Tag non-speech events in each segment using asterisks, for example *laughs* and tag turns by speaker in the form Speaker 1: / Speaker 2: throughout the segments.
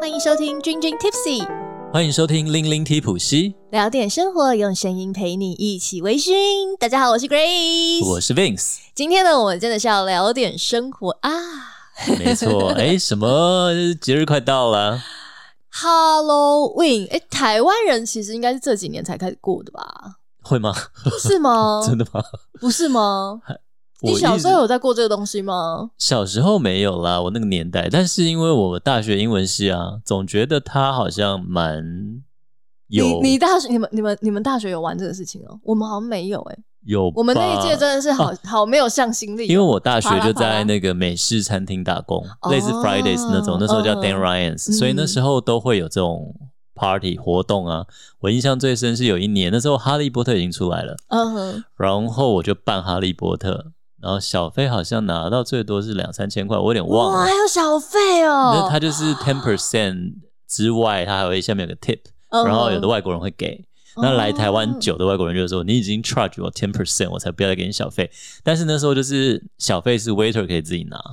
Speaker 1: 欢迎收听《君君 Tipsy》，
Speaker 2: 欢迎收听零零 T 普西，
Speaker 1: 聊点生活，用声音陪你一起微醺。大家好，我是 Grace。
Speaker 2: 我是 Vince。
Speaker 1: 今天呢，我们真的是要聊点生活啊 *laughs*
Speaker 2: 没错，哎，什么节日快到了？
Speaker 1: ，Halloween。哎，台湾人其实应该是这几年才开始过的
Speaker 2: *laughs*
Speaker 1: 吧？
Speaker 2: 会吗？
Speaker 1: 是吗？
Speaker 2: 真的吗？
Speaker 1: 不是吗？
Speaker 2: 我
Speaker 1: 哦你
Speaker 2: 一
Speaker 1: 小时
Speaker 2: 直
Speaker 1: 候有在过这个东西吗？
Speaker 2: 小时候没有啦，我那个年代，但是因为我大学英文系啊，总觉得它好像蛮有
Speaker 1: 你你大学、你们、你们、你们大学有玩这个事情哦？我们好像没有哎、
Speaker 2: 有吧，
Speaker 1: 我们那一届真的是好、好没有向心力哦、
Speaker 2: 啊因为我大学
Speaker 1: 好啦
Speaker 2: 就
Speaker 1: 好啦
Speaker 2: 在那个美式餐厅打工，
Speaker 1: 哦
Speaker 2: 类似 Fridays 那种，那时候叫
Speaker 1: 嗯
Speaker 2: Dan Ryan's，、所以那
Speaker 1: 嗯
Speaker 2: 时候都会有这种 party 活动啊。我印象最深是有一年，那时候《哈利波特》已经出来了，
Speaker 1: 嗯哼，
Speaker 2: 然后我就办《哈利波特》，然后小费好像拿到最多是两三千块，我有点忘
Speaker 1: 哇，
Speaker 2: 了
Speaker 1: 还。有小费哦
Speaker 2: 那，它就是 ten percent 之外，它还会下面有个 tip，
Speaker 1: 嗯哼
Speaker 2: 然后有的外国人会给。
Speaker 1: 哦
Speaker 2: 那来台湾久的外国人就说：“你已经 charge 我 ten percent，我才不要再给你小费。”但是那时候就是小费是 waiter 可以自己拿，
Speaker 1: 嗯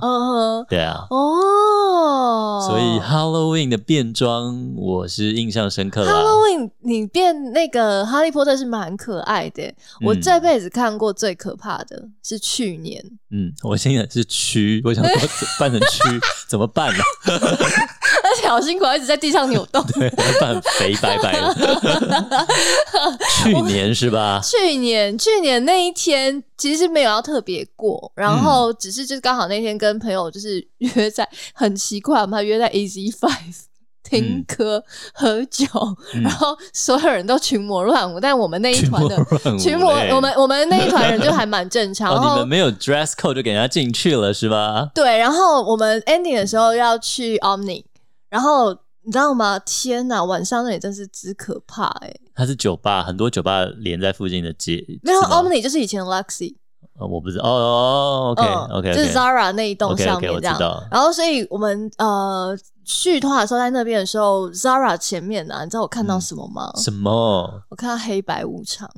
Speaker 1: 哼，
Speaker 2: 对啊，
Speaker 1: 哦，
Speaker 2: 所以 Halloween 的变装我是印象深刻啦。
Speaker 1: Halloween 你变那个哈利波特是蛮可爱的耶，欸我
Speaker 2: 嗯
Speaker 1: 这辈子看过最可怕的是去年，
Speaker 2: 嗯，我现在是蛆，我想说 *laughs* 扮成蛆怎么办呢、
Speaker 1: 而且好辛苦，一直在地上扭动。
Speaker 2: *laughs* 对，啊我扮肥白白的。 *laughs* 去年是吧？
Speaker 1: 去年去年那一天其实没有要特别过，然
Speaker 2: 嗯
Speaker 1: 后只是就是刚好那天跟朋友就是约在很奇怪，我们还约在 AZ Five 听歌、喝酒，
Speaker 2: 嗯
Speaker 1: 然后所有人都群魔乱舞，但我们那一
Speaker 2: 群
Speaker 1: 团
Speaker 2: 魔
Speaker 1: 的
Speaker 2: 乱舞嘞，
Speaker 1: 群魔，我们我们那一团人就还蛮正常，然
Speaker 2: *laughs* 哦，你
Speaker 1: 后
Speaker 2: 们。没有 dress code 就给人家进去了是吧？
Speaker 1: 对，然后我们 ending 的时候要去 Omni，然后你知道吗？天哪，晚上那里真是之可怕哎、
Speaker 2: 它是酒吧，很多酒吧连在附近的街，
Speaker 1: 没有哦
Speaker 2: 是吗
Speaker 1: Omni 就是以前 Luxy，
Speaker 2: 哦我不知道哦哦，OK
Speaker 1: 嗯
Speaker 2: OK，
Speaker 1: 就是 Zara 那一栋
Speaker 2: OK
Speaker 1: 上
Speaker 2: OK，
Speaker 1: 面
Speaker 2: 我
Speaker 1: 这
Speaker 2: 知
Speaker 1: 样。
Speaker 2: 道，
Speaker 1: 然后，所以我们呃去托塔收在那边的时候，Zara 前面啊，你知道我看
Speaker 2: 嗯
Speaker 1: 到什么吗？
Speaker 2: 什么？
Speaker 1: 我看到黑白无常，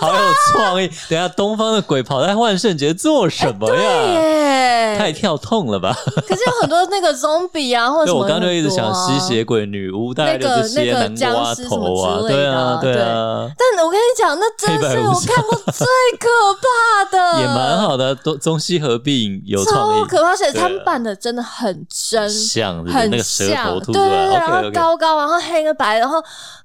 Speaker 2: 好有创意！等一下东方的鬼跑在万圣节做什么呀？
Speaker 1: 哎耶！
Speaker 2: 啊太跳痛了吧！
Speaker 1: 可是有很多那个 zombie 啊，或者
Speaker 2: 对，
Speaker 1: 什么、啊
Speaker 2: 我刚刚就一直想吸
Speaker 1: 血。
Speaker 2: 血鬼女巫，大概
Speaker 1: 那个
Speaker 2: 就是些
Speaker 1: 那个
Speaker 2: 南瓜
Speaker 1: 僵尸什
Speaker 2: 头
Speaker 1: 么
Speaker 2: 啊，
Speaker 1: 之类
Speaker 2: 对
Speaker 1: 的
Speaker 2: 啊，
Speaker 1: 啊
Speaker 2: 对啊。
Speaker 1: 但我跟你讲，那真
Speaker 2: 黑白
Speaker 1: 是
Speaker 2: 无
Speaker 1: 我
Speaker 2: 常
Speaker 1: 看过最可怕的，
Speaker 2: *laughs* 也蛮好的，中中西合并有创
Speaker 1: 呃超
Speaker 2: 意，
Speaker 1: 可怕，而且
Speaker 2: 对
Speaker 1: 他们扮的真的很真，
Speaker 2: 像对不对
Speaker 1: 很
Speaker 2: 那个舌
Speaker 1: 像，
Speaker 2: 头
Speaker 1: 对
Speaker 2: 吐
Speaker 1: 对
Speaker 2: 出来
Speaker 1: 对，啊然后
Speaker 2: ，OK OK，
Speaker 1: 高高，然后黑跟白，然后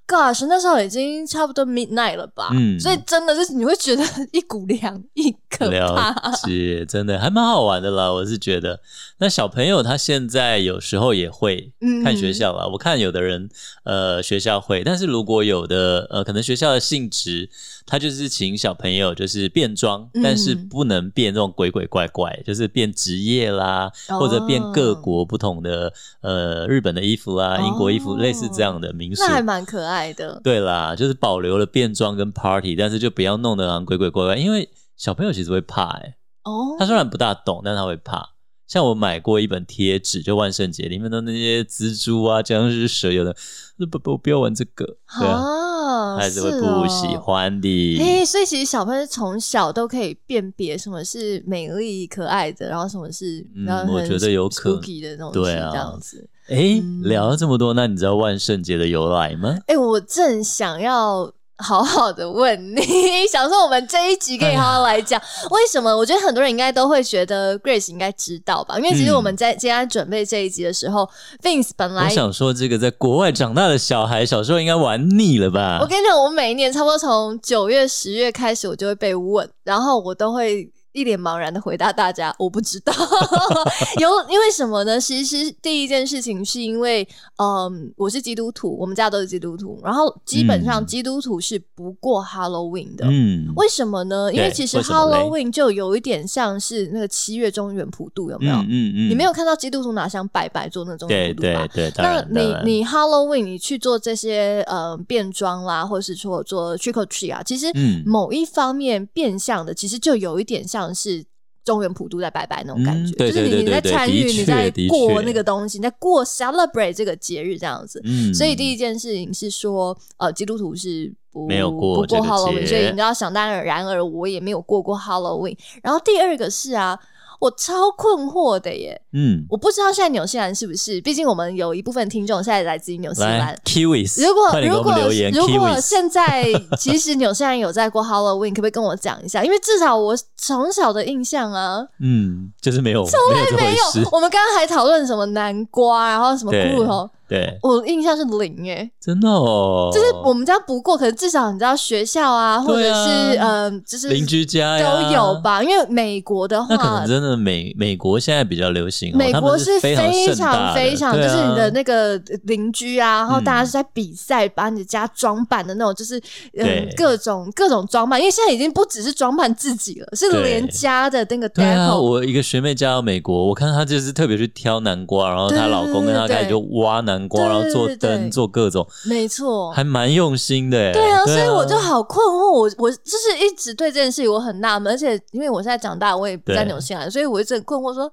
Speaker 1: ，gosh，那时候已经差不多 midnight 了吧，
Speaker 2: 嗯
Speaker 1: 所以真的就是你会觉得一股凉意，可怕哦
Speaker 2: 了，解，真的还蛮好玩的啦，我是觉得。那小朋友他现在有时候也会
Speaker 1: 嗯
Speaker 2: 看学校啦，我看有的人呃学校会，但是如果有的呃可能学校的性质，他就是请小朋友就是变装，
Speaker 1: 嗯
Speaker 2: 但是不能变这种鬼鬼怪怪，就是变职业啦，
Speaker 1: 哦
Speaker 2: 或者变各国不同的呃日本的衣服啦、
Speaker 1: 哦
Speaker 2: 英国衣服，类似这样的民俗
Speaker 1: 那。还蛮可爱的，
Speaker 2: 对啦，就是保留了变装跟 party，但是就不要弄得好像鬼鬼怪怪，因为小朋友其实会怕哎、欸
Speaker 1: 哦
Speaker 2: 他，虽然不大懂，但他会怕。像我买过一本贴纸，就万圣节里面的那些蜘蛛啊、僵尸、蛇，有的不不不不要玩这个，对啊，
Speaker 1: 啊，
Speaker 2: 还是会
Speaker 1: 哦
Speaker 2: 不喜。欢的。
Speaker 1: 诶，所以其实小朋友从小都可以辨别什么是美丽可爱的，然后什么是
Speaker 2: 嗯
Speaker 1: 然后
Speaker 2: 我
Speaker 1: 很
Speaker 2: 觉得有可
Speaker 1: spooky 的东西，
Speaker 2: 对啊
Speaker 1: 这样子。
Speaker 2: 哎、
Speaker 1: 嗯
Speaker 2: 聊了这么多，那你知道万圣节的由来吗？
Speaker 1: 哎、我正想要好好的问你， *laughs* 想说我们这一集
Speaker 2: 哎
Speaker 1: 可以好好来讲，为什么？我觉得很多人应该都会觉得 Grace 应该知道吧，因为其实
Speaker 2: 嗯
Speaker 1: 我们在今天在准备这一集的时候、v i n c e 本
Speaker 2: 我
Speaker 1: 来。
Speaker 2: 想说，这个在国外长大的小孩，小时候应该玩腻了吧
Speaker 1: 我？跟你讲，我每一年差不多从九月、十月开始，我就会被问，然后我都会一脸茫然的回答大家，我不知
Speaker 2: *laughs*
Speaker 1: 道。 *laughs* 有因为什么呢？其实第一件事情是因为，嗯，我是基督徒，我们家都是基督徒，然后基本上
Speaker 2: 嗯
Speaker 1: 基督徒是不过 Halloween 的，
Speaker 2: 嗯，
Speaker 1: 为什么呢？因为
Speaker 2: 对
Speaker 1: 其实
Speaker 2: 为什么嘞
Speaker 1: Halloween 就有一点像是那个七月中原普渡，有没有？
Speaker 2: 嗯嗯嗯，
Speaker 1: 你没有看到基督徒拿香拜拜做那种
Speaker 2: 对
Speaker 1: 原普渡
Speaker 2: 对
Speaker 1: 吧？
Speaker 2: 对，当
Speaker 1: 那
Speaker 2: 然当
Speaker 1: 你
Speaker 2: 然
Speaker 1: 你 Halloween 你去做这些呃变装啦，或是说做 trick or treat 啊，其实
Speaker 2: 嗯
Speaker 1: 某一方面变相的，其实就有一点像是中原普渡在拜拜那种感觉，
Speaker 2: 嗯对
Speaker 1: 就是
Speaker 2: 对
Speaker 1: 你你在
Speaker 2: 对对对
Speaker 1: 参与，
Speaker 2: 的
Speaker 1: 你
Speaker 2: 确
Speaker 1: 在
Speaker 2: 的
Speaker 1: 过
Speaker 2: 确
Speaker 1: 那个东西，你在过 celebrate 这个节日这样子。
Speaker 2: 嗯，
Speaker 1: 所以第一件事情是说，呃，基督徒是不
Speaker 2: 没有过
Speaker 1: 不
Speaker 2: 这
Speaker 1: 过
Speaker 2: 个
Speaker 1: Halloween，
Speaker 2: 节
Speaker 1: 所以你知道，想当然然而我也没有过过 Halloween。然后第二个是啊，我超困惑的耶！
Speaker 2: 嗯，
Speaker 1: 我不知道现在纽西兰是不是，毕竟我们有一部分听众现在来自于纽西
Speaker 2: 来
Speaker 1: 兰。
Speaker 2: Kiwis，
Speaker 1: 如果
Speaker 2: 快点给
Speaker 1: 如
Speaker 2: 我们
Speaker 1: 果
Speaker 2: 留言
Speaker 1: 如果
Speaker 2: Kiwis，
Speaker 1: 现
Speaker 2: *laughs*
Speaker 1: 在其实纽西兰有在过 Halloween，可不可以跟我讲一下？因为至少我从小的印象啊，
Speaker 2: 嗯，就是没有没有这
Speaker 1: 没
Speaker 2: 回
Speaker 1: 有
Speaker 2: 事。，
Speaker 1: 我们刚刚还讨论什么南瓜，然后什么
Speaker 2: 对
Speaker 1: 骷髅，
Speaker 2: 对，
Speaker 1: 我印象是零诶、
Speaker 2: 真的哦，
Speaker 1: 就是我们家不过，可是至少你知道学校啊，或者
Speaker 2: 对啊
Speaker 1: 是嗯、呃就是
Speaker 2: 邻居家呀
Speaker 1: 都有？吧？因为美国的
Speaker 2: 那可
Speaker 1: 话
Speaker 2: 能，真的美美国现在比较流行哦，
Speaker 1: 美
Speaker 2: 他
Speaker 1: 国
Speaker 2: 们
Speaker 1: 是
Speaker 2: 非
Speaker 1: 非
Speaker 2: 盛
Speaker 1: 常
Speaker 2: 大
Speaker 1: 非常，
Speaker 2: 对
Speaker 1: 就
Speaker 2: 啊
Speaker 1: 是你的那个邻居啊，然后
Speaker 2: 嗯
Speaker 1: 大家是在比赛，把你的家装扮的那种，就是嗯
Speaker 2: 对
Speaker 1: 各种各种装扮，因为现在已经不只是装扮自己了，是
Speaker 2: 对
Speaker 1: 连家的那个 d
Speaker 2: 对
Speaker 1: e
Speaker 2: 啊，
Speaker 1: c
Speaker 2: 我一个学妹嫁到美国，我看她就是特别去挑南瓜，然后她
Speaker 1: 对
Speaker 2: 老公跟她
Speaker 1: 对
Speaker 2: 开始就挖南瓜，然后
Speaker 1: 对
Speaker 2: 做
Speaker 1: 对对
Speaker 2: 灯，做各种，
Speaker 1: 没错。
Speaker 2: 还蛮用心的欸。
Speaker 1: 对啊，所以我就
Speaker 2: 好
Speaker 1: 好困惑，我我就是一直对这件事情我很纳闷，而且因为我现在长大，我也不在
Speaker 2: 对
Speaker 1: 纽西兰，所以我一直很困惑说，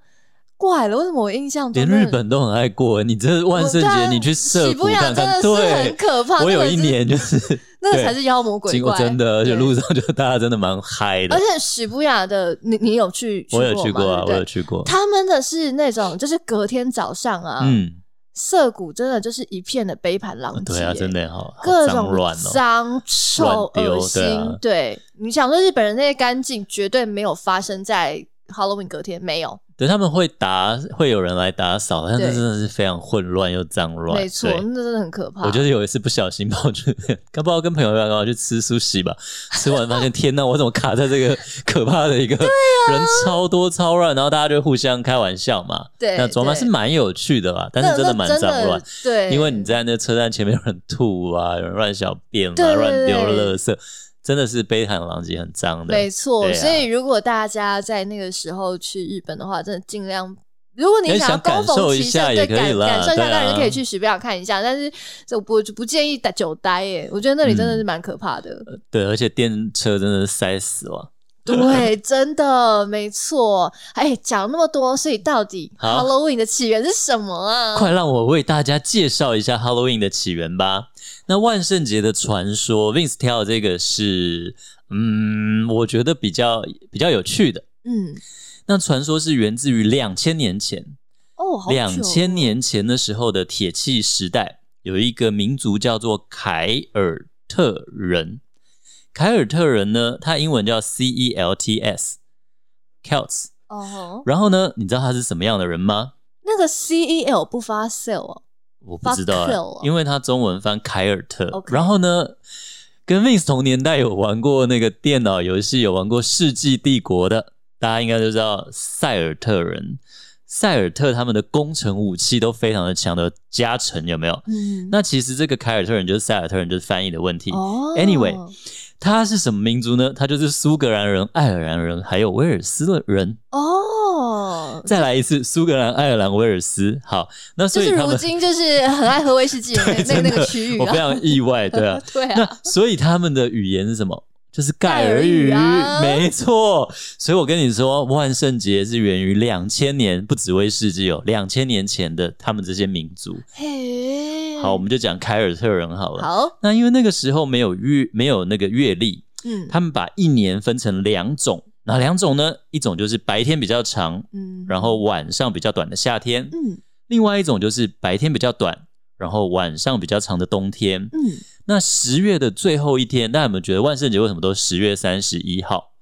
Speaker 1: 怪了，为什么我印象中
Speaker 2: 连
Speaker 1: 那
Speaker 2: 日本都很爱过。你这万
Speaker 1: 我
Speaker 2: 圣
Speaker 1: 对
Speaker 2: 节
Speaker 1: 啊
Speaker 2: 你去涩
Speaker 1: 洗
Speaker 2: 谷
Speaker 1: 不了
Speaker 2: 看
Speaker 1: 真
Speaker 2: 看，
Speaker 1: 的是很
Speaker 2: 对，
Speaker 1: 可怕。
Speaker 2: 我
Speaker 1: 那
Speaker 2: 有
Speaker 1: 个
Speaker 2: 一
Speaker 1: 是 *laughs*
Speaker 2: 年就是
Speaker 1: 那个
Speaker 2: 对
Speaker 1: 才是妖魔鬼
Speaker 2: 经过
Speaker 1: 怪，
Speaker 2: 真的，而且
Speaker 1: 对
Speaker 2: 路上就大家真的蛮嗨
Speaker 1: 而
Speaker 2: 的。
Speaker 1: 且史布雅的，你你有去？
Speaker 2: 我有去
Speaker 1: 过
Speaker 2: 过
Speaker 1: 吗
Speaker 2: 啊，
Speaker 1: 对
Speaker 2: 我
Speaker 1: 不
Speaker 2: 有
Speaker 1: 对
Speaker 2: 去过。
Speaker 1: 他们的是那种，就是隔天早上啊，
Speaker 2: 嗯，
Speaker 1: 涩谷真的就是一片的杯盘狼藉、
Speaker 2: 对啊，真
Speaker 1: 的。
Speaker 2: 的好好
Speaker 1: 各
Speaker 2: 脏
Speaker 1: 种
Speaker 2: 乱哦。
Speaker 1: 脏、臭、
Speaker 2: 乱丢
Speaker 1: 恶心
Speaker 2: *laughs* 对啊，
Speaker 1: 对你想说日本人那些干净，绝对没有发生在 Halloween 隔天，没有，
Speaker 2: 对，他们会打，会有人来打扫，但
Speaker 1: 对
Speaker 2: 是真的是非常混乱又脏乱。
Speaker 1: 没错，
Speaker 2: 对
Speaker 1: 那真的很可怕。
Speaker 2: 我就是有一次不小心跑去，刚不知道跟朋友 *laughs* 要刚好去吃苏西吧，吃完发现天呐，我怎么卡在这个 *laughs* 可怕的一个
Speaker 1: 啊
Speaker 2: 人超多超乱，然后大家就互相开玩笑嘛。
Speaker 1: 对
Speaker 2: 那装扮
Speaker 1: 对
Speaker 2: 是蛮有趣的啦，但是
Speaker 1: 那
Speaker 2: 真的
Speaker 1: 那
Speaker 2: 蛮脏
Speaker 1: 的
Speaker 2: 乱，
Speaker 1: 对，
Speaker 2: 因为你在那车站前面有人吐啊，有 *laughs* 人乱小便
Speaker 1: 对
Speaker 2: 啊，
Speaker 1: 对
Speaker 2: 乱丢
Speaker 1: 对
Speaker 2: 垃圾，真的是悲惨狼藉，很脏的。
Speaker 1: 没错，
Speaker 2: 对啊
Speaker 1: 所以如果大家在那个时候去日本的话，真的尽量。如果你
Speaker 2: 也
Speaker 1: 想要
Speaker 2: 哎想感
Speaker 1: 高
Speaker 2: 受
Speaker 1: 峰
Speaker 2: 一
Speaker 1: 期
Speaker 2: 下
Speaker 1: 间，
Speaker 2: 也
Speaker 1: 对
Speaker 2: 可
Speaker 1: 感
Speaker 2: 以啦
Speaker 1: 感受一下，
Speaker 2: 对啊
Speaker 1: 当然是可以去史表看一下，但是这我就不建议待久待耶，我觉得那里真
Speaker 2: 嗯
Speaker 1: 的是蛮可怕的。
Speaker 2: 对，而且电车真的是塞死了。
Speaker 1: 对，真的没错。哎，讲那么多，所以到底
Speaker 2: 好
Speaker 1: Halloween 的起源是什么啊？
Speaker 2: 快让我为大家介绍一下 Halloween 的起源吧。那万圣节的传说，Vince 挑的这个是，嗯，我觉得比较比较有趣的。
Speaker 1: 嗯，
Speaker 2: 那传说是源自于两千年前，
Speaker 1: 哦，好久
Speaker 2: 两千年前的时候的铁器时代，有一个民族叫做凯尔特人。凯尔特人呢，他英文叫 C E L T S，Celts。
Speaker 1: 哦吼，
Speaker 2: 然后呢，你知道他是什么样的人吗？
Speaker 1: 那个 C E L 不发 sale 哦，
Speaker 2: 我不知道、
Speaker 1: Buck Hill 哦
Speaker 2: 啊，因为他中文翻凯尔特。
Speaker 1: OK
Speaker 2: 然后呢，跟 Vince 同年代有玩过那个电脑游戏，有玩过《世纪帝国》的，大家应该都知道塞尔特人。塞尔特他们的工程武器都非常的强的加成，有没有？
Speaker 1: 嗯，
Speaker 2: 那其实这个凯尔特人就是塞尔特人，就是翻译的问题。
Speaker 1: 哦
Speaker 2: Anyway，他是什么民族呢？他就是苏格兰人、爱尔兰人，还有威尔斯人。
Speaker 1: 哦，
Speaker 2: 再来一次，苏格兰、爱尔兰、威尔斯。好，那
Speaker 1: 就
Speaker 2: 所以
Speaker 1: 是
Speaker 2: 他
Speaker 1: 如
Speaker 2: 们
Speaker 1: 今就是很爱喝威士忌
Speaker 2: *laughs*
Speaker 1: 的那那
Speaker 2: 真
Speaker 1: 那
Speaker 2: 的
Speaker 1: 个区域
Speaker 2: 我非
Speaker 1: 啊，。
Speaker 2: 常意外，对啊
Speaker 1: *laughs* 对啊，
Speaker 2: 那所以他们的语言是什么？就是盖尔语，
Speaker 1: 盖尔语啊
Speaker 2: 没错。所以我跟你说，万圣节是源于两千年，不止威士忌哦，两千年前的他们这些民族。
Speaker 1: 嘿，
Speaker 2: 好，我们就讲凯尔特人好
Speaker 1: 嗯
Speaker 2: 了。
Speaker 1: 好，
Speaker 2: 那因为那个时候没有月，没有那个月历，
Speaker 1: 嗯，
Speaker 2: 他们把一年分成两种，哪两种呢？一种就是白天比较长，
Speaker 1: 嗯，
Speaker 2: 然后晚上比较短的夏天；
Speaker 1: 嗯
Speaker 2: 另外一种就是白天比较短，然后晚上比较长的冬天。
Speaker 1: 嗯，
Speaker 2: 那十月的最后一天，大家有没有觉得万圣节为什么都十月三十一号？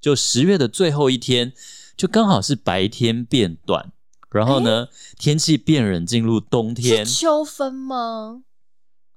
Speaker 2: 就十月的最后一天，就刚好是白天变短，然后呢，天气变冷，进入冬
Speaker 1: 是
Speaker 2: 天。
Speaker 1: 秋分吗？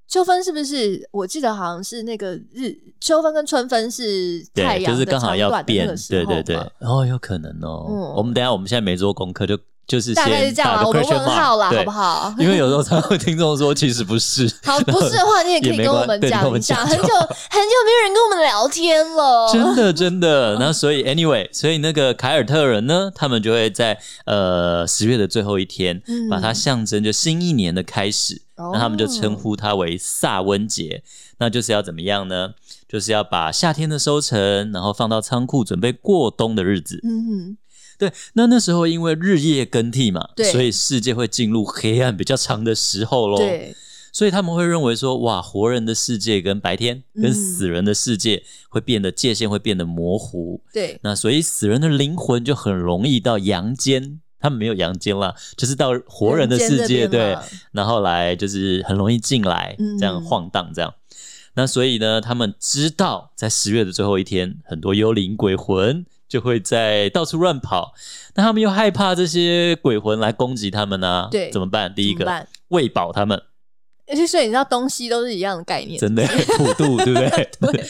Speaker 1: 秋分是不是？我记得好像是那个日秋分跟春分是太
Speaker 2: 对，就
Speaker 1: 阳
Speaker 2: 是
Speaker 1: 的
Speaker 2: 刚好
Speaker 1: 长
Speaker 2: 要
Speaker 1: 短的那
Speaker 2: 变
Speaker 1: 个，时
Speaker 2: 对
Speaker 1: 候
Speaker 2: 对对
Speaker 1: 嘛，
Speaker 2: 哦，有可能哦。
Speaker 1: 嗯
Speaker 2: 我们等一下，我们现在没做功课，就就是
Speaker 1: 大概是
Speaker 2: 先
Speaker 1: 这样
Speaker 2: 打
Speaker 1: 啦。
Speaker 2: 个
Speaker 1: 我们
Speaker 2: question
Speaker 1: 问号啦，
Speaker 2: mark，对
Speaker 1: 好不？
Speaker 2: *laughs*
Speaker 1: 好？
Speaker 2: 因为有时候常常有听众说，其实不
Speaker 1: *laughs*
Speaker 2: 是，
Speaker 1: 好，不是的话，你也可
Speaker 2: 也
Speaker 1: 以
Speaker 2: 没
Speaker 1: 跟我
Speaker 2: 关
Speaker 1: 们
Speaker 2: 对跟我
Speaker 1: 讲一
Speaker 2: 们
Speaker 1: 下。
Speaker 2: 讲
Speaker 1: 很
Speaker 2: 就
Speaker 1: 久很久没有人跟我们聊天了，
Speaker 2: 真的真的。那所以 anyway，所以那个凯尔特人呢，他们就会在呃十月的最后一天，
Speaker 1: 嗯
Speaker 2: 把它象征着新一年的开始，
Speaker 1: 哦
Speaker 2: 那他们就称呼它为萨温节。那就是要怎么样呢？就是要把夏天的收成，然后放到仓库准备过冬的日子。
Speaker 1: 嗯
Speaker 2: 对，那那时候因为日夜更替嘛
Speaker 1: 对，
Speaker 2: 所以世界会进入黑暗比较长的时候
Speaker 1: 哼，
Speaker 2: 喽。
Speaker 1: 对，
Speaker 2: 所以他们会认为说，哇，活人的世界跟白天
Speaker 1: 嗯
Speaker 2: 跟死人的世界会变得界限会变得模糊，
Speaker 1: 对，
Speaker 2: 那所以死人的灵魂就很容易到阳间。他们没有阳间啦，就是到活人的世界，
Speaker 1: 人间这边
Speaker 2: 对
Speaker 1: 嘛，
Speaker 2: 然后来就是很容易进来
Speaker 1: 嗯，
Speaker 2: 这样晃荡这样。那所以呢，他们知道在十月的最后一天，很多幽灵鬼魂就会在到处乱跑。那他们又害怕这些鬼魂来攻击他们呢、
Speaker 1: 对
Speaker 2: 怎么办？第一
Speaker 1: 怎么
Speaker 2: 个
Speaker 1: 办，
Speaker 2: 喂饱他们，
Speaker 1: 而且所以你知道东西都是一样的概念，*laughs*
Speaker 2: 真的普渡，对不对？ *laughs* 对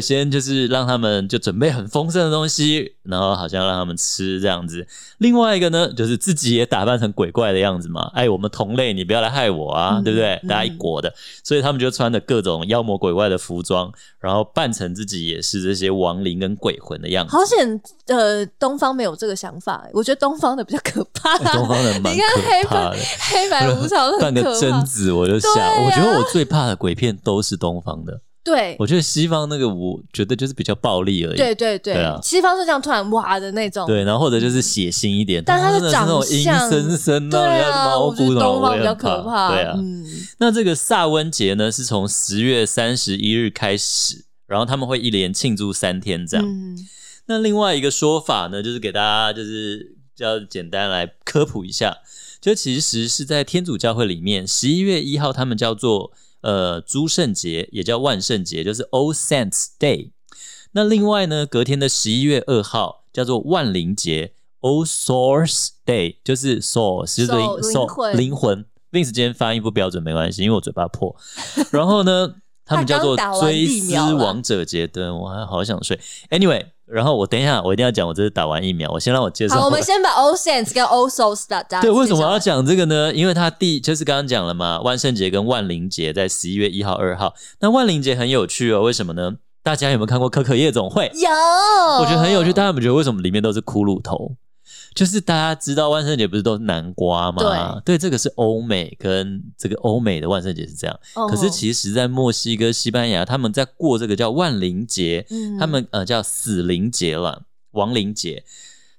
Speaker 2: 先就是让他们就准备很丰盛的东西，然后好像让他们吃这样子。另外一个呢，就是自己也打扮成鬼怪的样子嘛，哎，我们同类，你不要来害我啊，
Speaker 1: 嗯
Speaker 2: 对不对？
Speaker 1: 嗯
Speaker 2: 大家一国的，所以他们就穿着各种妖魔鬼怪的服装，然后扮成自己也是这些亡灵跟鬼魂的
Speaker 1: *laughs*
Speaker 2: 样子。
Speaker 1: 好险，呃，东方没有这个想法，欸我觉得东方的比较可怕，
Speaker 2: *laughs* 哎东方人蛮
Speaker 1: 你看黑
Speaker 2: 可
Speaker 1: 白
Speaker 2: 怕的。
Speaker 1: 黑白无常
Speaker 2: 扮
Speaker 1: 很
Speaker 2: 个
Speaker 1: 可
Speaker 2: 贞
Speaker 1: 怕。
Speaker 2: 子我就吓，
Speaker 1: 对
Speaker 2: 我觉得
Speaker 1: 啊
Speaker 2: 我最怕的鬼片都是东方的，
Speaker 1: 对
Speaker 2: 我觉得西方那个我觉得就是比较暴力而已。
Speaker 1: 对对对
Speaker 2: 对啊，
Speaker 1: 西方是这样突然哇的那种，
Speaker 2: 对，然后或者就是血腥一点，
Speaker 1: 哦嗯但
Speaker 2: 他
Speaker 1: 他的
Speaker 2: 真的是那种阴
Speaker 1: 长相
Speaker 2: 森森
Speaker 1: 对
Speaker 2: 的，人家
Speaker 1: 啊，
Speaker 2: 毛
Speaker 1: 我觉
Speaker 2: 骨
Speaker 1: 得东
Speaker 2: 悚然，我
Speaker 1: 方
Speaker 2: 也
Speaker 1: 比较
Speaker 2: 很
Speaker 1: 可怕。
Speaker 2: 对啊，
Speaker 1: 嗯，
Speaker 2: 那这个萨温节呢，是从十月三十一日开始，然后他们会一连庆祝三天这样。
Speaker 1: 嗯
Speaker 2: 那另外一个说法呢，就是给大家就是比较简单来科普一下，就其实是在天主教会里面，十一月一号他们叫做呃诸圣节，也叫万圣节，就是 All Saints Day。那另外呢，隔天的十一月二号叫做万灵节 All Souls Day，就是 soul 就是灵
Speaker 1: Soul，灵魂
Speaker 2: 灵魂。Vince 今天发音不标准没关系，因为我嘴巴破。然后呢，他们叫做
Speaker 1: 他刚打完
Speaker 2: 追
Speaker 1: 疫
Speaker 2: 思
Speaker 1: 苗啦
Speaker 2: 王者节灯，我还好想睡。Anyway，然后我等一下，我一定要讲，我这是打完疫苗，我先让我介绍。
Speaker 1: 好，我们先把 All Saints 跟 All Souls 打打。
Speaker 2: 对，为什么要？讲这个呢？因为它第就是刚刚讲了嘛，万圣节跟万灵节在十一月一号、二号。那万灵节很有趣哦，为什么呢？大家有没有看过《可可夜总会》？
Speaker 1: 有，
Speaker 2: 我
Speaker 1: 我
Speaker 2: 觉得很有趣。大家有没有觉得为什么里面都是骷髅头？就是大家知道万圣节不是都是南瓜吗？对，这个是欧美跟这个欧美的万圣节是这样。
Speaker 1: 哦
Speaker 2: 可是其实，在墨西哥、西班牙，他们在过这个叫万灵节，
Speaker 1: 嗯
Speaker 2: 他们呃叫死灵节了，亡灵节。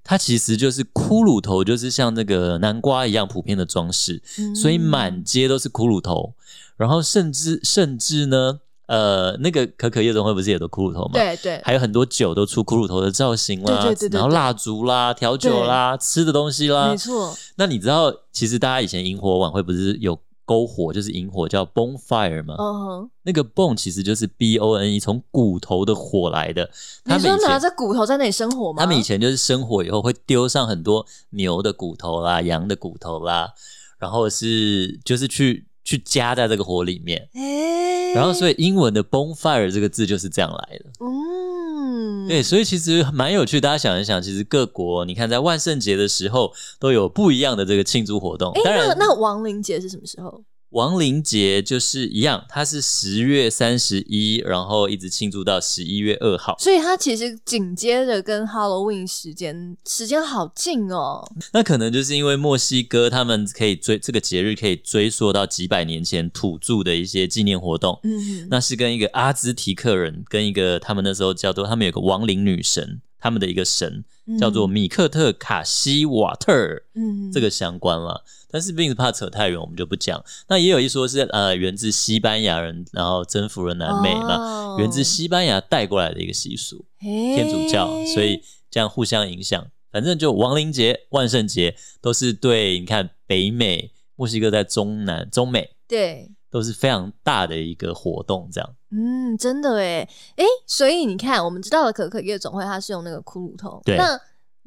Speaker 2: 它其实就是骷髅头，就是像那个南瓜一样普遍的装饰，
Speaker 1: 嗯
Speaker 2: 所以满街都是骷髅头。然后甚至甚至呢，呃，那个可可夜总会不是也都骷髅头吗？
Speaker 1: 嗯。对对
Speaker 2: 还有很多酒都出骷髅头的造型啦，
Speaker 1: 对对对对
Speaker 2: 然后蜡烛啦、调酒啦、吃的东西啦
Speaker 1: 没。错，
Speaker 2: 那你知道，其实大家以前萤火晚会不是有篝火，就是萤火叫 bonfire 吗？
Speaker 1: 嗯
Speaker 2: 那个 bone 其实就是 b o n e，从骨头的火来的。
Speaker 1: 哼，
Speaker 2: 他
Speaker 1: 你
Speaker 2: 们
Speaker 1: 说
Speaker 2: 以
Speaker 1: 拿
Speaker 2: 前
Speaker 1: 着骨头在那里生活吗？
Speaker 2: 他们以前就是生火以后会丢上很多牛的骨头啦、羊的骨头啦，然后是就是去去加在这个火里面。
Speaker 1: 哎，
Speaker 2: 然后，所
Speaker 1: 以
Speaker 2: 以英文的 bonfire 这个字就是这样来的。
Speaker 1: 嗯，
Speaker 2: 对，所以其实蛮有趣，大家想一想，其实各国你看在万圣节的时候都有不一样的这个庆祝活动。
Speaker 1: 哎，
Speaker 2: 当然
Speaker 1: 那，那亡灵节是什么时候？
Speaker 2: 亡灵节就是一样，它是十月三十一，然后一直庆祝到十一月二号。
Speaker 1: 所以它其实紧接着跟 Halloween 时间时间好近哦。
Speaker 2: 那可能就是因为墨西哥他们可以追这个节日可以追溯到几百年前土著的一些纪念活动。
Speaker 1: 嗯，
Speaker 2: 那是跟一个阿兹提克人，跟一个他们那时候叫做他们有个亡灵女神，他们的一个神叫做米克特卡西瓦特尔。
Speaker 1: 嗯
Speaker 2: 这个相关了。但是并不怕扯太远，我们就不讲。那也有一说是呃，源自西班牙人，然后征服了南美嘛，
Speaker 1: 哦
Speaker 2: 源自西班牙带过来的一个习俗，天主教，所以这样互相影响。反正就亡灵节、万圣节都是对你看北美、墨西哥在中南、中美
Speaker 1: 对，
Speaker 2: 都是非常大的一个活动，这样
Speaker 1: 嗯，真的诶诶，所以你看，我们知道了可可夜总会，它是用那个骷髅头。
Speaker 2: 对
Speaker 1: 那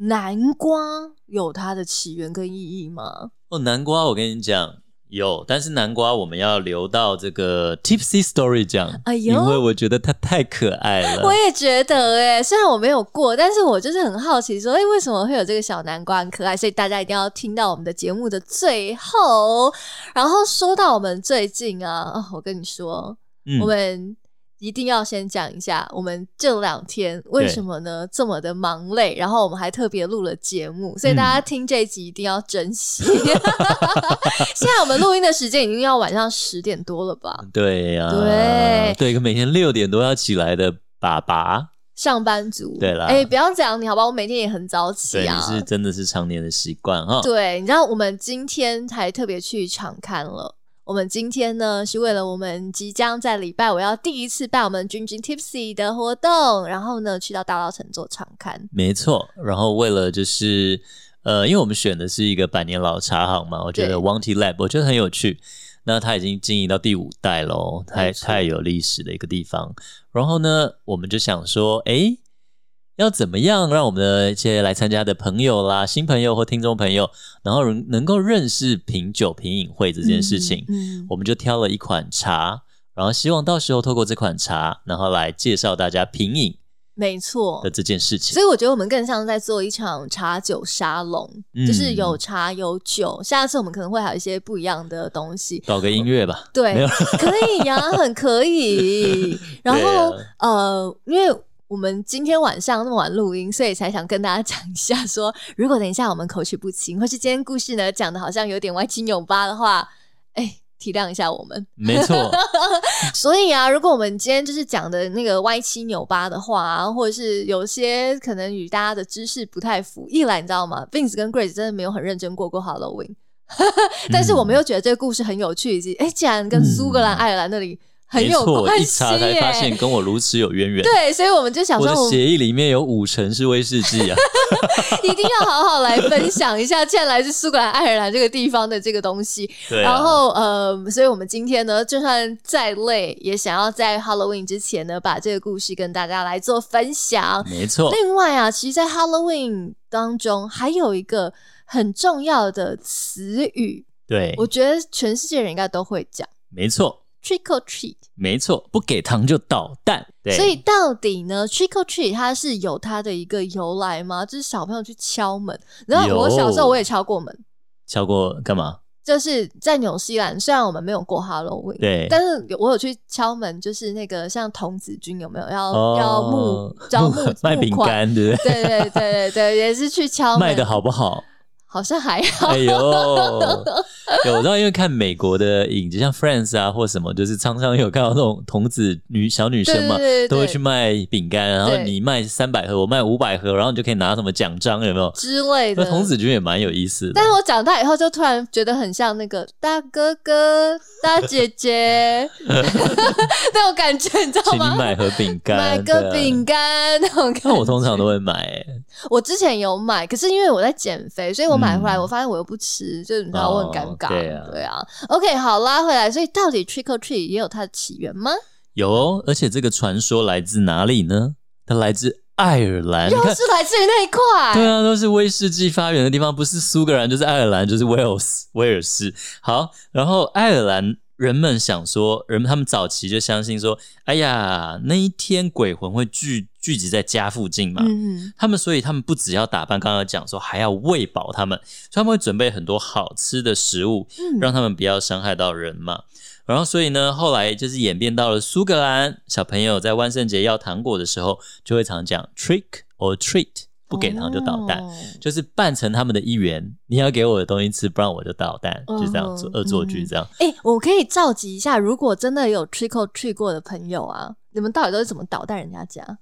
Speaker 1: 南瓜有它的起源跟意义吗？
Speaker 2: 哦。南瓜，我跟你讲。有，但是南瓜我们要留到这个 Tipsy Story 讲，
Speaker 1: 哎呦
Speaker 2: 因为我觉得它太可爱了。
Speaker 1: 我也觉得诶，虽然我没有过，但是我就是很好奇说，诶，为什么会有这个小南瓜很可爱？所以大家一定要听到我们的节目的最后。然后说到我们最近啊，哦、我跟你说，
Speaker 2: 嗯
Speaker 1: 我们一定要先讲一下，我们这两天为什么呢这么的忙累，然后我们还特别录了节目，所以大家听这一集一定要珍惜。
Speaker 2: 嗯
Speaker 1: *laughs*
Speaker 2: *laughs*
Speaker 1: 现在我们录音的时间已经要晚上十点多了吧？
Speaker 2: 对呀、
Speaker 1: 对
Speaker 2: 对，一个每天六点多要起来的爸爸，
Speaker 1: 上班族，
Speaker 2: 对啦
Speaker 1: 哎、不要讲你好吧，我每天也很早起
Speaker 2: 对，
Speaker 1: 啊
Speaker 2: 你。是真的是常年的习惯哈。
Speaker 1: 对，你知道我们今天还特别去场刊了。我们今天呢是为了我们即将在礼拜五要第一次办我们君君 Tipsy 的活动，然后呢去到大稻城做长刊。
Speaker 2: 没错，然后为了就是呃，因为我们选的是一个百年老茶行嘛，我觉
Speaker 1: 对
Speaker 2: 得 Wanty Lab 我觉得很有趣。那它已经经营到第五代喽，太
Speaker 1: 没错
Speaker 2: 太有历史的一个地方。然后呢，我们就想说，诶，要怎么样让我们的一些来参加的朋友啦、新朋友或听众朋友，然后能能够认识品酒品饮会这
Speaker 1: 这
Speaker 2: 件事情，
Speaker 1: 嗯，
Speaker 2: 我们就挑了一款茶，然后希望到时候透过这款茶，然后来介绍大家品饮
Speaker 1: 没错
Speaker 2: 的。这件事情
Speaker 1: 所。以我觉得我们更像在做一场茶酒沙龙，
Speaker 2: 嗯
Speaker 1: 就是有茶有酒。下次我们可能会还有一些不一样的东西。
Speaker 2: 搞个音乐吧。
Speaker 1: 对
Speaker 2: 没有，
Speaker 1: 可以呀、很可
Speaker 2: *laughs*
Speaker 1: 以。然后、
Speaker 2: 对啊
Speaker 1: 呃，因为我们今天晚上那么晚录音，所以才想跟大家讲一下说，如果等一下我们口齿不清，或是今天故事呢讲的好像有点歪七扭八的话，哎。体谅一下我们，
Speaker 2: *laughs* 没错，
Speaker 1: 所以啊，如果我们今天就是讲的那个歪七扭八的话、啊，或者是有些可能与大家的知识不太符，一来你知道吗？Vince 跟 Grace 真的没有很认真过过 Halloween，但是我们又觉得这个故事很有趣，以及哎、诶竟然跟苏格兰、
Speaker 2: 嗯
Speaker 1: 爱尔兰那里很
Speaker 2: 没
Speaker 1: 有
Speaker 2: 错，我
Speaker 1: 关
Speaker 2: 一
Speaker 1: 系
Speaker 2: 查才
Speaker 1: 耶
Speaker 2: 发现跟我如此有渊源。
Speaker 1: 对，所以我们就想
Speaker 2: 我
Speaker 1: 说，
Speaker 2: 的
Speaker 1: 我们
Speaker 2: 协议里面有五成是威士忌啊，
Speaker 1: *laughs* 一定要好好来分享一下，既然来自苏格兰、爱尔兰这个地方的这个东西。
Speaker 2: 对啊
Speaker 1: 然后呃，所以我们今天呢，就算再累，也想要在 Halloween 之前呢，把这个故事跟大家来做分享。
Speaker 2: 没错，
Speaker 1: 另外啊，其实，在 Halloween 当中，还有一个很重要的词语，
Speaker 2: 对，
Speaker 1: 我觉得全世界人应该都会讲
Speaker 2: 没错，
Speaker 1: trick or treat。
Speaker 2: 没错，不给糖就捣蛋。对，
Speaker 1: 所以到底呢，trick or treat 它是有它的一个由来吗？就是小朋友去敲门，然后
Speaker 2: 有
Speaker 1: 我小时候我也敲过门，
Speaker 2: 敲过干嘛？
Speaker 1: 就是在纽西兰，虽然我们没有过 Halloween，
Speaker 2: 对，
Speaker 1: 但是有我有去敲门，就是那个像童子军有没有要、
Speaker 2: 哦
Speaker 1: 要募招募
Speaker 2: *laughs* 卖饼
Speaker 1: 募款？
Speaker 2: 干，对不对？
Speaker 1: 对对对对对，也是去敲门，
Speaker 2: 卖的好不好？
Speaker 1: 好像
Speaker 2: *laughs*
Speaker 1: 还好，
Speaker 2: 哎呦，
Speaker 1: *laughs*
Speaker 2: 有我知道，因为看美国的影集，像 Friends 啊或什么，就是常常有看到那种童子女小女生嘛，
Speaker 1: *laughs* 对对对对对
Speaker 2: 都会去卖饼干，然后
Speaker 1: 对
Speaker 2: 你卖三百盒，我卖五百盒，然后你就可以拿什么奖章，有没有？
Speaker 1: 之类
Speaker 2: 那
Speaker 1: 的。
Speaker 2: 童子军也蛮有意思的，
Speaker 1: 但是我长大以后就突然觉得很像那个大哥哥、大姐
Speaker 2: *laughs*
Speaker 1: 姐 *laughs* 那种感觉，你知道
Speaker 2: 请你
Speaker 1: 吗？
Speaker 2: 买盒饼干，
Speaker 1: 买个
Speaker 2: 对啊
Speaker 1: 饼。干那种感觉。
Speaker 2: 那我通常都会买、欸，
Speaker 1: 我之前有买，可是因为我在减肥，所以我买回来，
Speaker 2: 嗯
Speaker 1: 我发现我又不吃，就是你知道
Speaker 2: 哦
Speaker 1: 我很尴尬。
Speaker 2: 对啊
Speaker 1: OK，好，拉回来，所以到底 trick or treat 也有它的起源吗？
Speaker 2: 有哦，而且这个传说来自哪里呢？它来自爱尔兰，你
Speaker 1: 又
Speaker 2: 看，
Speaker 1: 是来自于那一块。
Speaker 2: *laughs* 对啊，都是威士忌发源的地方，不是苏格兰就是爱尔兰，就是威尔斯，威尔士。好，然后爱尔兰人们想说，人们他们早期就相信说，哎呀，那一天鬼魂会聚聚集在家附近嘛，
Speaker 1: 嗯，
Speaker 2: 他们所以他们不只要打扮，刚刚有讲说还要喂饱他们，所以他们会准备很多好吃的食物，
Speaker 1: 嗯
Speaker 2: 让他们不要伤害到人嘛。然后所以呢，后来就是演变到了苏格兰小朋友在万圣节要糖果的时候，就会常讲 trick or treat，不给糖就捣蛋。
Speaker 1: 哦
Speaker 2: 就是扮成他们的一员，你要给我的东西吃，不然我就捣蛋，
Speaker 1: 嗯
Speaker 2: 就这样做恶作剧这样。
Speaker 1: 哎、我可以召集一下，如果真的有 trick or treat 过的朋友啊，你们到底都是怎么捣蛋人家
Speaker 2: *laughs*
Speaker 1: 家？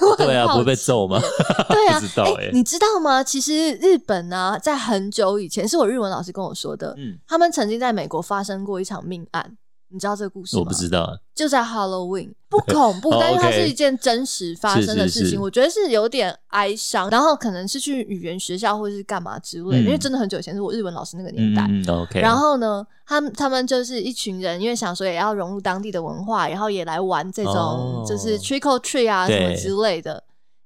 Speaker 1: 我很
Speaker 2: 对啊，
Speaker 1: 好
Speaker 2: 不会被
Speaker 1: 奇
Speaker 2: 揍吗？
Speaker 1: 对啊，
Speaker 2: 不知道
Speaker 1: 哎
Speaker 2: 欸
Speaker 1: 你知道吗？其实日本呢、在很久以前，是我日文老师跟我说的，
Speaker 2: 嗯，
Speaker 1: 他们曾经在美国发生过一场命案，你知道这个故事吗？
Speaker 2: 我不知道啊。
Speaker 1: 就在 Halloween，不恐怖，
Speaker 2: *laughs* 哦
Speaker 1: 但是它
Speaker 2: OK
Speaker 1: 是一件真实发生的事情，
Speaker 2: 是是是
Speaker 1: 我觉得是有点哀伤。然后可能是去语言学校或者是干嘛之类的，
Speaker 2: 嗯
Speaker 1: 因为真的很久以前是我日文老师那个年
Speaker 2: 嗯
Speaker 1: 代。
Speaker 2: 嗯嗯，OK。
Speaker 1: 然后呢，他们他们就是一群人，因为想说也要融入当地的文化，然后也来玩这种
Speaker 2: 哦
Speaker 1: 就是 trick or treat 啊什
Speaker 2: 对
Speaker 1: 么之类的。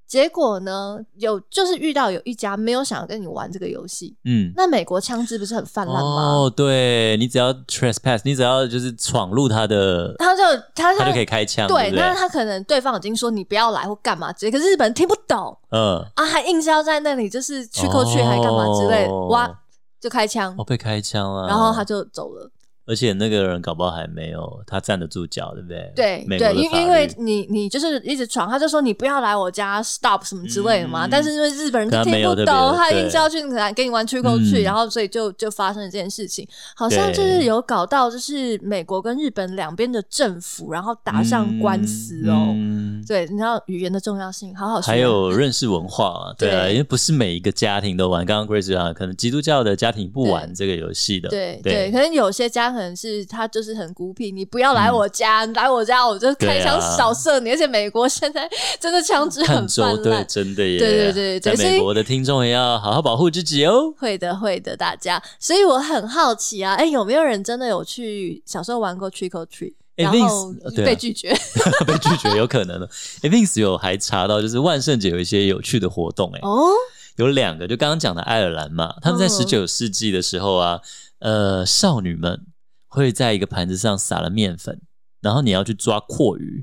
Speaker 1: 结果呢，有就是遇到有一家没有想要跟你玩这个游戏。
Speaker 2: 嗯，
Speaker 1: 那美国枪支不是很泛滥吗？
Speaker 2: 哦，对你只要 trespass，你只要就是闯入他的，
Speaker 1: 他就他
Speaker 2: 他就可以开枪，
Speaker 1: 对，
Speaker 2: 对不
Speaker 1: 那
Speaker 2: 对？
Speaker 1: 他可能对方已经说你不要来或干嘛之类，可是日本人听不懂
Speaker 2: 嗯，
Speaker 1: 啊，还硬是要在那里就是去扣去还干嘛之类，
Speaker 2: 哦
Speaker 1: 哇，就开枪
Speaker 2: 哦，，被开枪了。
Speaker 1: 然后他，就走了。
Speaker 2: 而且那个人搞不好还没有他站得住脚，对不对？
Speaker 1: 对
Speaker 2: 美国
Speaker 1: 对，
Speaker 2: 的
Speaker 1: 因
Speaker 2: 法
Speaker 1: 因为
Speaker 2: 律
Speaker 1: 你你就是一直闯，他就说你不要来我家 stop 什么之类的嘛，
Speaker 2: 嗯
Speaker 1: 但是因为日本人就
Speaker 2: 他没
Speaker 1: 听不
Speaker 2: 有特别
Speaker 1: 懂，
Speaker 2: 的
Speaker 1: 他
Speaker 2: 对
Speaker 1: 硬是要去来跟你玩去扣去，
Speaker 2: 嗯
Speaker 1: 然后所以就就发生了这件事情，好像就是
Speaker 2: 对
Speaker 1: 有搞到就是美国跟日本两边的政府，然后打上官司哦。
Speaker 2: 嗯嗯
Speaker 1: 对，你知道语言的重要性，好好学。哦
Speaker 2: 还有认识文化啊，对啊，
Speaker 1: 对
Speaker 2: 因为不是每一个家庭都玩。刚刚 Grace 讲，可能基督教的家庭不玩这个游戏的，
Speaker 1: 对对，
Speaker 2: 对
Speaker 1: 可能有些家可能能是他就是很孤僻，你不要来我家，你来我家我就开枪
Speaker 2: 嗯对啊
Speaker 1: 扫射你。而且美国现在 *laughs* 真的枪支
Speaker 2: 看
Speaker 1: 很
Speaker 2: 州
Speaker 1: 泛
Speaker 2: 对，
Speaker 1: 滥，
Speaker 2: 真的耶，
Speaker 1: 对对对对
Speaker 2: 在
Speaker 1: 所以
Speaker 2: 美国的听众也要好好保护自己哦。
Speaker 1: 会的会的，大家。所以我很好奇啊，哎、有没有人真的有去小时候玩过 trick or treat，、
Speaker 2: 哎
Speaker 1: 然后
Speaker 2: Vince，对啊
Speaker 1: 被拒绝？
Speaker 2: *laughs* 被拒绝有可能了。诶 v i n c e 有还查到，就是万圣节有一些有趣的活动、诶、
Speaker 1: 哦，
Speaker 2: 有两个，就刚刚讲的爱尔兰嘛，他们在
Speaker 1: 嗯
Speaker 2: 十九世纪的时候啊，呃，少女们会在一个盘子上撒了面粉，然后你要去抓阔鱼，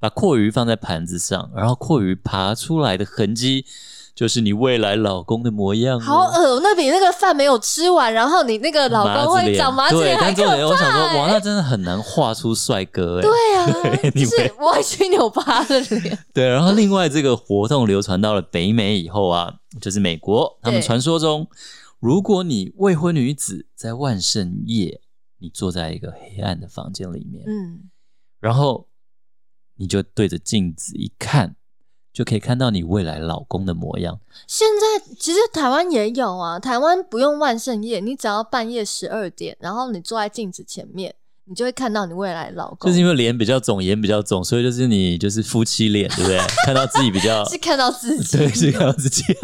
Speaker 2: 把阔鱼放在盘子上，然后阔鱼爬出来的痕迹就是你未来老公的模样、哦。
Speaker 1: 好恶，那比那个饭没有吃完，然后你那个老
Speaker 2: 麻
Speaker 1: 公
Speaker 2: 子
Speaker 1: 会
Speaker 2: 脸
Speaker 1: 长麻子
Speaker 2: 对
Speaker 1: 脸，，还
Speaker 2: 但重
Speaker 1: 可
Speaker 2: 点我想说，
Speaker 1: 怕
Speaker 2: 哇，
Speaker 1: 欸
Speaker 2: 那真的很难画出帅哥哎、
Speaker 1: 对啊，
Speaker 2: *laughs* 对你
Speaker 1: 就
Speaker 2: 会
Speaker 1: 是歪曲扭八的脸。
Speaker 2: 对，然后另外这个活动流传到了北美以后啊，就是美国，他们
Speaker 1: 对
Speaker 2: 传说中，如果你未婚女子在万圣夜，你坐在一个黑暗的房间里面，
Speaker 1: 嗯，
Speaker 2: 然后你就对着镜子一看，就可以看到你未来老公的模样。
Speaker 1: 现在其实台湾也有啊，台湾不用万圣夜，你只要半夜十二点，然后你坐在镜子前面，你就会看到你未来的老公， *laughs*
Speaker 2: 就是因为脸比较肿，眼比较肿，所以就是你就是夫妻脸，对不对？看到自己比较
Speaker 1: 是看到自己。
Speaker 2: 啊对，是看到自己。 *laughs*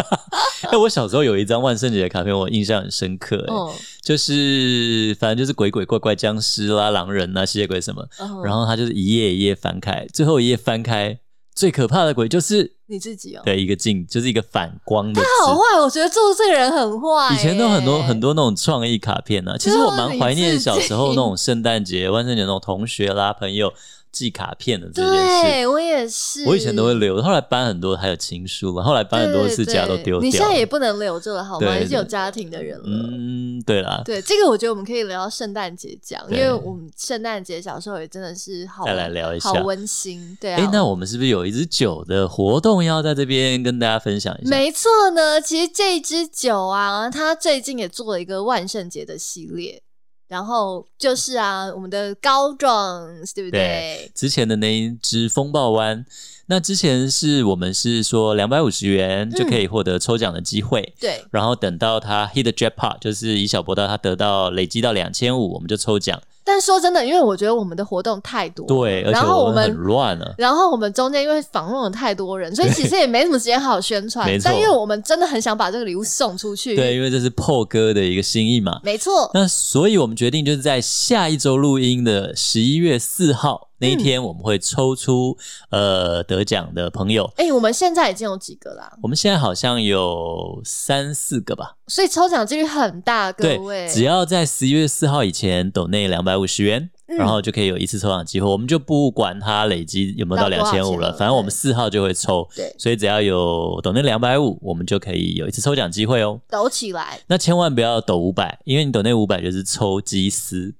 Speaker 2: 哎、我小时候有一张万圣节的卡片，我印象很深刻、哎、
Speaker 1: 嗯，
Speaker 2: 就是反正就是鬼鬼怪怪、僵尸啦、狼人啊啦、吸血鬼什么，
Speaker 1: 嗯
Speaker 2: 然后他就是一页一页翻开，最后一页翻开，最可怕的鬼就是
Speaker 1: 你自己哦，
Speaker 2: 的一个镜，就是一个反光的
Speaker 1: 好
Speaker 2: 字。
Speaker 1: 坏，我觉得做这个人很坏耶。
Speaker 2: 以前都很多很多那种创意卡片呢、啊，其实我蛮怀念小时候那种圣诞节、万圣节那种同学啦、朋友寄卡片的这件事。
Speaker 1: 对我也是，
Speaker 2: 我以前都会留，后来搬很多，还有情书嘛，后来搬很多次家都
Speaker 1: 对对
Speaker 2: 丢掉了。
Speaker 1: 你现在也不能留着了，好吗？
Speaker 2: 对
Speaker 1: 已经有家庭的人了。
Speaker 2: 嗯，对啦，
Speaker 1: 对，这个我觉得我们可以聊到圣诞节讲，因
Speaker 2: 对
Speaker 1: 为我们圣诞节小时候也真的是好
Speaker 2: 再来聊一下
Speaker 1: 好温馨。对
Speaker 2: 哎、
Speaker 1: 啊，
Speaker 2: 那我们是不是有一支酒的活动要在这边跟大家分享一下？
Speaker 1: 没错呢。其实这一支酒啊，它最近也做了一个万圣节的系列，然后就是啊，我们的高壮，对不
Speaker 2: 对？之前的那一支风暴湾，那之前是我们是说两百五十元就可以
Speaker 1: 嗯
Speaker 2: 获得抽奖的机会，
Speaker 1: 对
Speaker 2: 然后等到他 hit the jackpot，就是以小博到他得到累积到两千五，我们就抽奖。
Speaker 1: 但说真的，因为我觉得我们的活动太多，
Speaker 2: 对，而且
Speaker 1: 然后
Speaker 2: 们很
Speaker 1: 们
Speaker 2: 乱啊了。
Speaker 1: 然后我们中间因为访问了太多人，所以其实也没什么时间好好宣传
Speaker 2: *laughs* 没错。
Speaker 1: 但因为我们真的很想把这个礼物送出去，
Speaker 2: 对，，因为这是破哥的一个心意嘛。
Speaker 1: 没错，
Speaker 2: 那所以我们决定就是在下一周录音的十一月四
Speaker 1: 嗯
Speaker 2: 号那一天，我们会抽出、呃得奖的朋友。
Speaker 1: 哎、我们现在已经有几个啦，
Speaker 2: 我们现在好像有三四个吧，
Speaker 1: 所以抽奖几率很大，各
Speaker 2: 对
Speaker 1: 位。，
Speaker 2: 只要在十一月四号以前抖内两百五十元，
Speaker 1: 嗯
Speaker 2: 然后就可以有一次抽奖机会。我们就不管它累积有没有到
Speaker 1: 到
Speaker 2: 两
Speaker 1: 多少
Speaker 2: 千五
Speaker 1: 钱
Speaker 2: 了，
Speaker 1: 了
Speaker 2: 反正我们四号就会抽，
Speaker 1: 对
Speaker 2: 所以只要有抖内两百五，我们就可以有一次抽奖机会哦。
Speaker 1: 抖起来
Speaker 2: 那千万不要抖五百，因为你抖内五百就是抽鸡丝，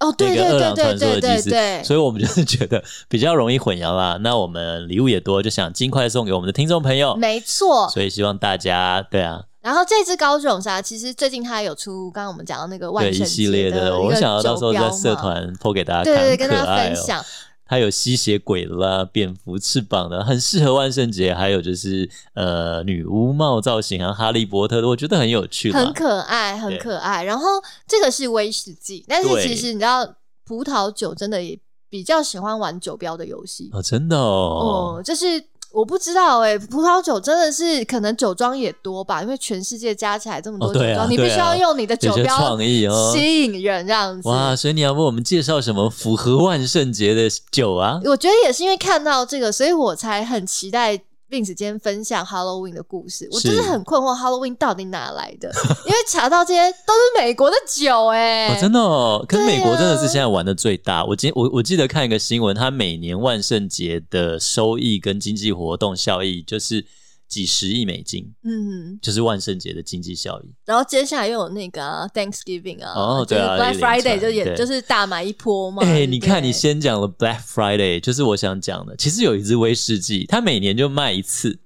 Speaker 1: 哦！对
Speaker 2: 那
Speaker 1: 对
Speaker 2: 个饿
Speaker 1: 对
Speaker 2: 狼
Speaker 1: 对
Speaker 2: 传说
Speaker 1: 对
Speaker 2: 的鸡
Speaker 1: 对
Speaker 2: 丝，
Speaker 1: 对，
Speaker 2: 所以我们就是 *laughs* 觉得比较容易混淆啦。那我们礼物也多，就想尽快送给我们的听众朋友，
Speaker 1: 没错。
Speaker 2: 所以希望大家对啊，
Speaker 1: 然后这只高种沙，其实最近它有出，刚刚我们讲到那个万
Speaker 2: 对
Speaker 1: 圣
Speaker 2: 一
Speaker 1: 节
Speaker 2: 系列
Speaker 1: 的一个
Speaker 2: 我想要
Speaker 1: 酒
Speaker 2: 到时候在
Speaker 1: 标
Speaker 2: 社
Speaker 1: 嘛。
Speaker 2: 团 PO 给大家看，
Speaker 1: 对对，跟
Speaker 2: 很
Speaker 1: 大
Speaker 2: 可
Speaker 1: 家
Speaker 2: 爱
Speaker 1: 分
Speaker 2: 哦。
Speaker 1: 享，
Speaker 2: 它有吸血鬼啦、蝙蝠翅膀的，很适合万圣节。还有就是呃，女巫帽造型啊，哈利波特的，我觉得很有趣啦。
Speaker 1: 很可爱，很
Speaker 2: 对
Speaker 1: 可爱。然后这个是威士忌，但是
Speaker 2: 对
Speaker 1: 其实你知道，葡萄酒真的也比较喜欢玩酒标的游戏
Speaker 2: 哦，真的哦，
Speaker 1: 哦，就是我不知道哎、葡萄酒真的是可能酒庄也多吧，因为全世界加起来这么多
Speaker 2: 哦
Speaker 1: 酒
Speaker 2: 对啊
Speaker 1: 庄，你必
Speaker 2: 对啊
Speaker 1: 须要用你的酒
Speaker 2: 有些
Speaker 1: 标
Speaker 2: 创意哦。
Speaker 1: 吸引人这样子。
Speaker 2: 哇，所以你要为我们介绍什么符合万圣节的酒啊？
Speaker 1: 我觉得也是因为看到这个，所以我才很期待。Vince 今天分享 Halloween 的故事，我
Speaker 2: 是
Speaker 1: 真的很困惑 Halloween 到底哪来的， *laughs* 因为查到这些都是美国的酒哎、
Speaker 2: 哦，真的哦，可是
Speaker 1: 对啊
Speaker 2: 美国真的是现在玩的最大。我今我我记得看一个新闻，它每年万圣节的收益跟经济活动效益就是几十亿美金，
Speaker 1: 嗯，
Speaker 2: 就是万圣节的经济效益。
Speaker 1: 然后接下来又有那个、啊、Thanksgiving 啊，
Speaker 2: 哦对啊
Speaker 1: 就是 Black
Speaker 2: 一连串
Speaker 1: Friday 就也
Speaker 2: 对
Speaker 1: 就是大买一波嘛。
Speaker 2: 哎、
Speaker 1: 对不
Speaker 2: 你看
Speaker 1: 对
Speaker 2: 你先讲了 Black Friday，就是我想讲的。其实有一支威士忌，它每年就卖一次，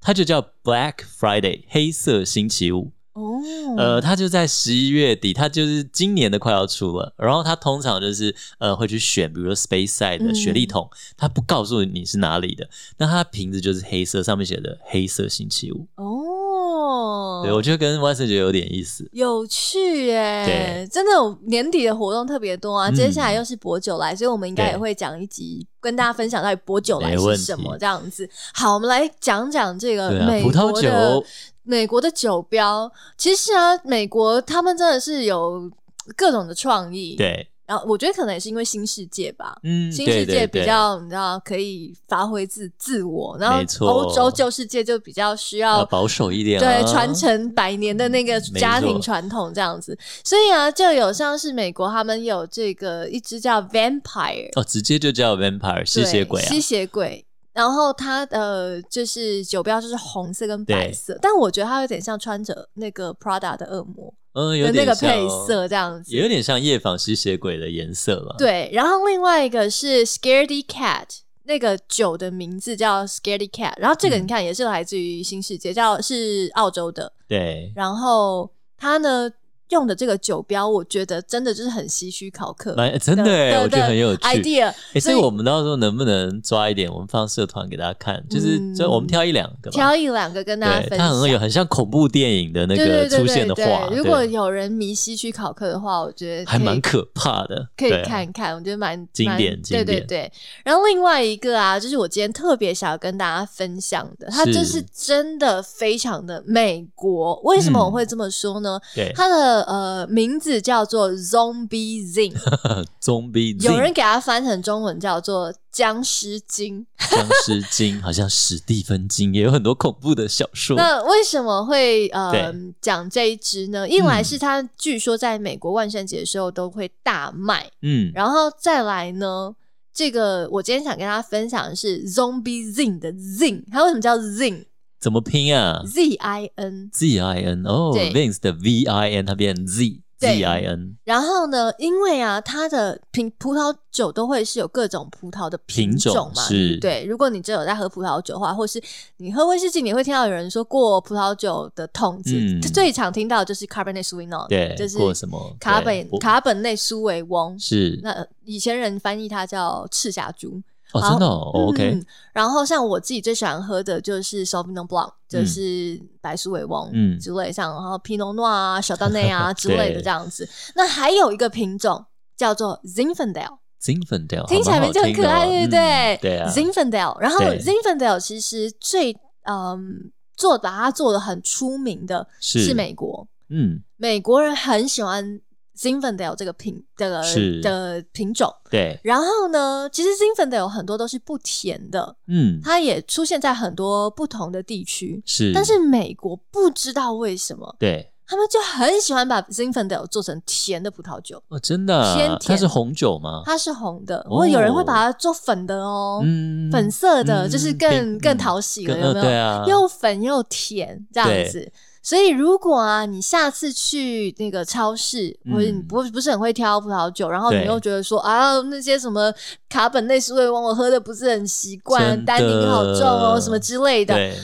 Speaker 2: 它就叫 Black Friday，黑色星期五。
Speaker 1: 哦，
Speaker 2: 呃，它就在十一月底，它就是今年的快要出了。然后它通常就是呃会去选，比如说 Space Side 的雪
Speaker 1: 嗯
Speaker 2: 莉桶，它不告诉你是哪里的，那它的瓶子就是黑色，上面写的黑色星期五。
Speaker 1: 哦，
Speaker 2: 对我觉得跟万圣节有点意思。
Speaker 1: 有趣耶、
Speaker 2: 对
Speaker 1: 真的年底的活动特别多啊！
Speaker 2: 嗯
Speaker 1: 接下来又是博酒来，所以我们应该
Speaker 2: 对
Speaker 1: 也会讲一集，跟大家分享到底博酒来
Speaker 2: 没
Speaker 1: 是
Speaker 2: 问
Speaker 1: 什么
Speaker 2: 题
Speaker 1: 这样子。好，我们来讲讲这个
Speaker 2: 对啊，
Speaker 1: 呃美
Speaker 2: 葡
Speaker 1: 国的、
Speaker 2: 萄酒，
Speaker 1: 美国的酒标。其实啊，美国他们真的是有各种的创意。，
Speaker 2: 对，
Speaker 1: 然后我觉得可能也是因为新世界吧，
Speaker 2: 嗯，
Speaker 1: 新
Speaker 2: 对
Speaker 1: 世界
Speaker 2: 对
Speaker 1: 比
Speaker 2: 对
Speaker 1: 较你知道可以发挥自自我，然
Speaker 2: 没
Speaker 1: 后
Speaker 2: 错
Speaker 1: 欧洲旧世界就比较需
Speaker 2: 要
Speaker 1: 要
Speaker 2: 保守一点、啊，嗯
Speaker 1: 对传承百年的那个
Speaker 2: 没
Speaker 1: 家庭
Speaker 2: 错
Speaker 1: 传统这样子。所以啊，就有像是美国他们有这个一支叫 Vampire
Speaker 2: 哦，直接就叫 vampire 吸
Speaker 1: 对
Speaker 2: 血鬼啊，
Speaker 1: 吸血鬼。然后它呃，就是酒标就是红色跟白色，但我觉得它有点像穿着那个 Prada 的恶魔
Speaker 2: 嗯，有
Speaker 1: 的那
Speaker 2: 点
Speaker 1: 个
Speaker 2: 像
Speaker 1: 配色这样
Speaker 2: 也有
Speaker 1: 子。
Speaker 2: 点像夜访吸血鬼的颜色了。，
Speaker 1: 对，然后另外一个是 Scaredy Cat，那个酒的名字叫 Scaredy Cat，然后这个
Speaker 2: 嗯
Speaker 1: 你看也是来自于新世界，叫是澳洲的，
Speaker 2: 对，
Speaker 1: 然后他呢用的这个酒标，我觉得真的就是很唏嘘考克，
Speaker 2: 蛮真的哎，我觉得很有趣。
Speaker 1: idea。
Speaker 2: 哎，
Speaker 1: 所
Speaker 2: 所
Speaker 1: 以
Speaker 2: 以我们到时候能不能抓一点，我们放社团给大家看，就是
Speaker 1: 嗯
Speaker 2: 就我们挑一两个吧。
Speaker 1: 挑一两个跟大家
Speaker 2: 对，
Speaker 1: 分
Speaker 2: 它
Speaker 1: 享。
Speaker 2: 很有很像恐怖电影的那
Speaker 1: 对
Speaker 2: 个
Speaker 1: 对对
Speaker 2: 出现
Speaker 1: 对
Speaker 2: 的画，
Speaker 1: 对，如果
Speaker 2: 对
Speaker 1: 有人迷西区考克的话，我觉得
Speaker 2: 还
Speaker 1: 可以
Speaker 2: 蛮可怕的，
Speaker 1: 可以
Speaker 2: 对啊
Speaker 1: 看看，我觉得蛮
Speaker 2: 经典
Speaker 1: 蛮
Speaker 2: 经典
Speaker 1: 对对对。然后另外一个啊，就是我今天特别想要跟大家分享的，它
Speaker 2: 是
Speaker 1: 就是真的非常的美国。为什么
Speaker 2: 嗯
Speaker 1: 我会这么说呢？
Speaker 2: 对
Speaker 1: 它的呃名字叫做 Zombie Zing，
Speaker 2: ，zombie
Speaker 1: 有人
Speaker 2: Zing
Speaker 1: 给它翻成中文叫做《僵尸精》。
Speaker 2: 僵尸精，好像史蒂芬金也有很多恐怖的小说。
Speaker 1: 那为什么会呃
Speaker 2: 对
Speaker 1: 讲这一支呢？一来是它据说在美国万圣节的时候都会大卖，
Speaker 2: 嗯，
Speaker 1: 然后再来呢，这个我今天想跟大家分享的是 Zombie Zing 的 Zing，它为什么叫 Zing？Z
Speaker 2: 怎么拼啊
Speaker 1: I N。
Speaker 2: ？Z I N 哦
Speaker 1: 对
Speaker 2: ，Vince 的 V I N 它变 Z
Speaker 1: 对
Speaker 2: Z I N
Speaker 1: 然后呢，因为啊，它的品葡萄酒都会是有各种葡萄的品
Speaker 2: 品种
Speaker 1: 种嘛，
Speaker 2: 是
Speaker 1: 对。如果你真的有在喝葡萄酒的话，或是你喝威士忌，你会听到有人说过葡萄酒的桶子，
Speaker 2: 嗯
Speaker 1: 最常听到的就是 Cabernet Sauvignon，
Speaker 2: 对，
Speaker 1: 就是
Speaker 2: 过什么
Speaker 1: 卡
Speaker 2: 对
Speaker 1: 本
Speaker 2: 我
Speaker 1: 卡本内苏维翁。
Speaker 2: 是
Speaker 1: 那呃以前人翻译它叫赤霞珠
Speaker 2: 哦，
Speaker 1: 好
Speaker 2: 真的哦哦，OK，
Speaker 1: 嗯然后像我自己最喜欢喝的就是 Sauvignon Blanc，就是白苏维翁
Speaker 2: 嗯
Speaker 1: 之类，像然后 Pinot Noir 啊、小道内
Speaker 2: *laughs*
Speaker 1: 啊之类的
Speaker 2: 对
Speaker 1: 这样子。那还有一个品种叫做 Zinfandel，
Speaker 2: 金粉调，
Speaker 1: 听起来名
Speaker 2: 蛮好
Speaker 1: 字很
Speaker 2: 听
Speaker 1: 可
Speaker 2: 的
Speaker 1: 爱，
Speaker 2: 哦
Speaker 1: 对不
Speaker 2: 嗯
Speaker 1: 对？
Speaker 2: 对啊
Speaker 1: z i n f a n d e l 然后
Speaker 2: 对
Speaker 1: Zinfandel 其实最嗯做把它做的很出名的
Speaker 2: 是
Speaker 1: 是美国，
Speaker 2: 嗯，
Speaker 1: 美国人很喜欢 Zinfandel 这个品这个
Speaker 2: 是
Speaker 1: 的品种。
Speaker 2: 对，
Speaker 1: 然后呢，其实 Zinfandel 很多都是不甜的，
Speaker 2: 嗯，
Speaker 1: 它也出现在很多不同的地区。
Speaker 2: 是，
Speaker 1: 但是美国不知道为什么，
Speaker 2: 对。
Speaker 1: 他们就很喜欢把 Zinfandel 做成甜的葡萄酒，
Speaker 2: 哦，真的啊、
Speaker 1: 鲜
Speaker 2: 它
Speaker 1: 甜
Speaker 2: 是红酒吗？
Speaker 1: 它是红的，
Speaker 2: 哦
Speaker 1: 或者有人会把它做粉的哦，
Speaker 2: 嗯
Speaker 1: 粉色的，
Speaker 2: 嗯
Speaker 1: 就是更
Speaker 2: 变
Speaker 1: 更
Speaker 2: 嗯
Speaker 1: 讨喜了，
Speaker 2: 更
Speaker 1: 有没有？
Speaker 2: 呃对啊
Speaker 1: 又粉又甜这样
Speaker 2: 对
Speaker 1: 子。所以，如果啊，你下次去那个超市，或者你
Speaker 2: 嗯
Speaker 1: 不不是很会挑葡萄酒，然后你
Speaker 2: 对
Speaker 1: 又觉得说啊，那些什么卡本内苏维翁我喝的不是很习惯，
Speaker 2: 真的
Speaker 1: 单宁好重哦，什么之类的，
Speaker 2: 对，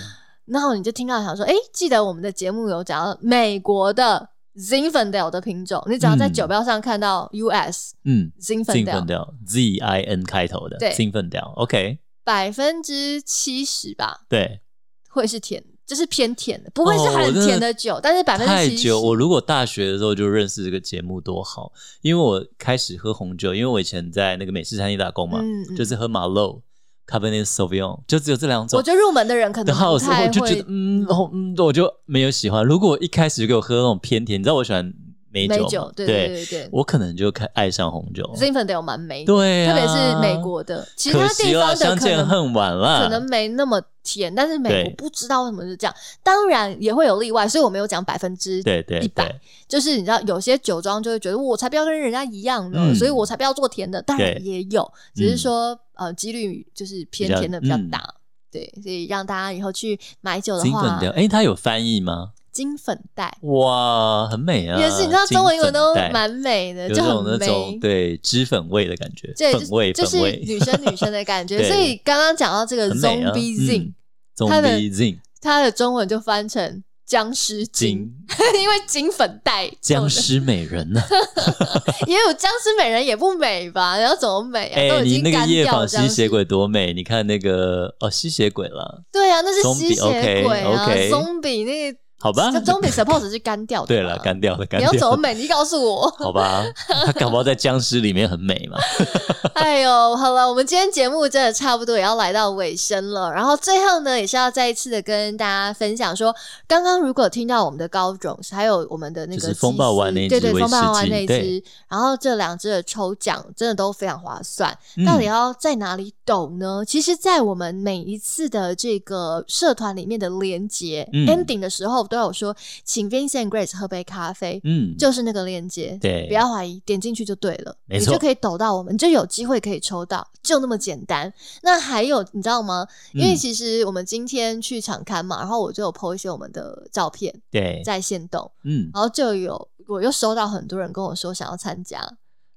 Speaker 1: 然后你就听到想说，哎，记得我们的节目有讲到美国的 Zinfandel 的品种，你只要在
Speaker 2: 嗯
Speaker 1: 酒标上看到 US
Speaker 2: 嗯，兴
Speaker 1: Zinfandel，
Speaker 2: 奋掉，Z I N 开头的，
Speaker 1: 对
Speaker 2: 兴奋掉，OK，
Speaker 1: 百分之七十吧，
Speaker 2: 对，
Speaker 1: 会是甜，就是偏甜的，不会是
Speaker 2: 哦
Speaker 1: 很
Speaker 2: 我真的
Speaker 1: 甜的酒，但是百分
Speaker 2: 太
Speaker 1: 之七十
Speaker 2: 久，我如果大学的时候就认识这个节目多好，因为我开始喝红酒，因为我以前在那个美式餐厅打工嘛，
Speaker 1: 嗯嗯
Speaker 2: 就是喝马洛、Cabernet Sauvignon，就只有这两种
Speaker 1: 我。觉得入门的人可能
Speaker 2: 然后
Speaker 1: 不
Speaker 2: 我
Speaker 1: 太
Speaker 2: 我就觉
Speaker 1: 会
Speaker 2: 得，嗯，然后嗯，我就没有喜欢。如果一开始就给我喝那种偏甜，你知道我喜欢美酒
Speaker 1: 美
Speaker 2: 嘛
Speaker 1: 酒，对
Speaker 2: 对
Speaker 1: 对对对
Speaker 2: 我可能就开爱上红酒。
Speaker 1: ，Zinfandel 蛮美的，
Speaker 2: 哦对啊、
Speaker 1: 特别是美国的，其他
Speaker 2: 可
Speaker 1: 地
Speaker 2: 惜啦，
Speaker 1: 方的
Speaker 2: 相
Speaker 1: 可
Speaker 2: 见
Speaker 1: 能
Speaker 2: 恨晚啦。
Speaker 1: 可能没那么甜，但是美国
Speaker 2: 对
Speaker 1: 不知道为什么是这样，当然也会有例外，所以我没有讲百分之
Speaker 2: 对对
Speaker 1: 一百
Speaker 2: 对，
Speaker 1: 就是你知道有些酒庄就会觉得我才不要跟人家一样呢，
Speaker 2: 嗯
Speaker 1: 所以我才不要做甜的，当然
Speaker 2: 对嗯
Speaker 1: 也有，只是说、呃几率就是偏
Speaker 2: 比较
Speaker 1: 甜的比较
Speaker 2: 嗯
Speaker 1: 大。对，所以让大家以后去买酒的
Speaker 2: 金
Speaker 1: 话
Speaker 2: 粉，调，哎，它有翻译吗？
Speaker 1: 金粉袋，
Speaker 2: 哇，很美啊！
Speaker 1: 也是你知道
Speaker 2: 金
Speaker 1: 中文英文都
Speaker 2: 粉黛
Speaker 1: 蛮美的，
Speaker 2: 有
Speaker 1: 就
Speaker 2: 种
Speaker 1: 很
Speaker 2: 那
Speaker 1: 美
Speaker 2: 种。对脂粉味的感觉，
Speaker 1: 对，就
Speaker 2: 粉味
Speaker 1: 就
Speaker 2: 粉
Speaker 1: 是
Speaker 2: 味，
Speaker 1: 女生女生的感觉，
Speaker 2: *laughs* 对
Speaker 1: 所以刚刚讲到这个
Speaker 2: 很美啊。
Speaker 1: zombie zing，、它的
Speaker 2: zombie zing
Speaker 1: 它的中文就翻成僵尸精，
Speaker 2: 金
Speaker 1: *laughs* 因为金粉黛做的
Speaker 2: 僵，尸美人啊呢？
Speaker 1: 也有僵尸美人也不美吧？然后怎么美啊？
Speaker 2: 哎，
Speaker 1: 都已
Speaker 2: 你
Speaker 1: 经
Speaker 2: 那个
Speaker 1: 干
Speaker 2: 夜
Speaker 1: 掉
Speaker 2: 访
Speaker 1: 了僵
Speaker 2: 吸
Speaker 1: 尸
Speaker 2: 血，鬼多美！你看那个哦，吸血鬼啦，
Speaker 1: 对啊，那是
Speaker 2: Zombie，
Speaker 1: 吸血鬼啊
Speaker 2: OK，OK
Speaker 1: ，zombie 那个
Speaker 2: 好吧
Speaker 1: 这？总比 suppose 是干掉的。啊
Speaker 2: 对了，，干掉了，干
Speaker 1: 你要
Speaker 2: 掉了。
Speaker 1: 怎么美？你告诉我。
Speaker 2: 好吧，他搞不好在僵尸里面很美嘛。
Speaker 1: 哎呦，好了，我们今天节目真的差不多也要来到尾声了。然后最后呢，也是要再一次的跟大家分享说，刚刚如果听到我们的高种，还有我们的那个
Speaker 2: 就是风暴湾那一
Speaker 1: 鸡丝对对，
Speaker 2: 只威
Speaker 1: 风
Speaker 2: 士
Speaker 1: 暴湾
Speaker 2: 忌
Speaker 1: 那一只
Speaker 2: 对，
Speaker 1: 然后这两只的抽奖真的都非常划算。 *laughs* 到底
Speaker 2: 嗯
Speaker 1: 要在哪里抖呢？其实，在我们每一次的这个社团里面的连接、
Speaker 2: 嗯
Speaker 1: ending 的时候，都有说，请 Vincent Grace 喝杯咖啡，
Speaker 2: 嗯，
Speaker 1: 就是那个链接。
Speaker 2: 对
Speaker 1: 不要怀疑，点进去就对了，
Speaker 2: 没
Speaker 1: 你
Speaker 2: 错
Speaker 1: 就可以抖到我们，你就有机会可以抽到，就那么简单。那还有，你知道吗？因为
Speaker 2: 嗯
Speaker 1: 其实我们今天去场刊嘛，然后我就有 po 一些我们的照片
Speaker 2: 对，
Speaker 1: 在线动，
Speaker 2: 嗯，
Speaker 1: 然后就有我又收到很多人跟我说想要参
Speaker 2: *laughs*
Speaker 1: 加，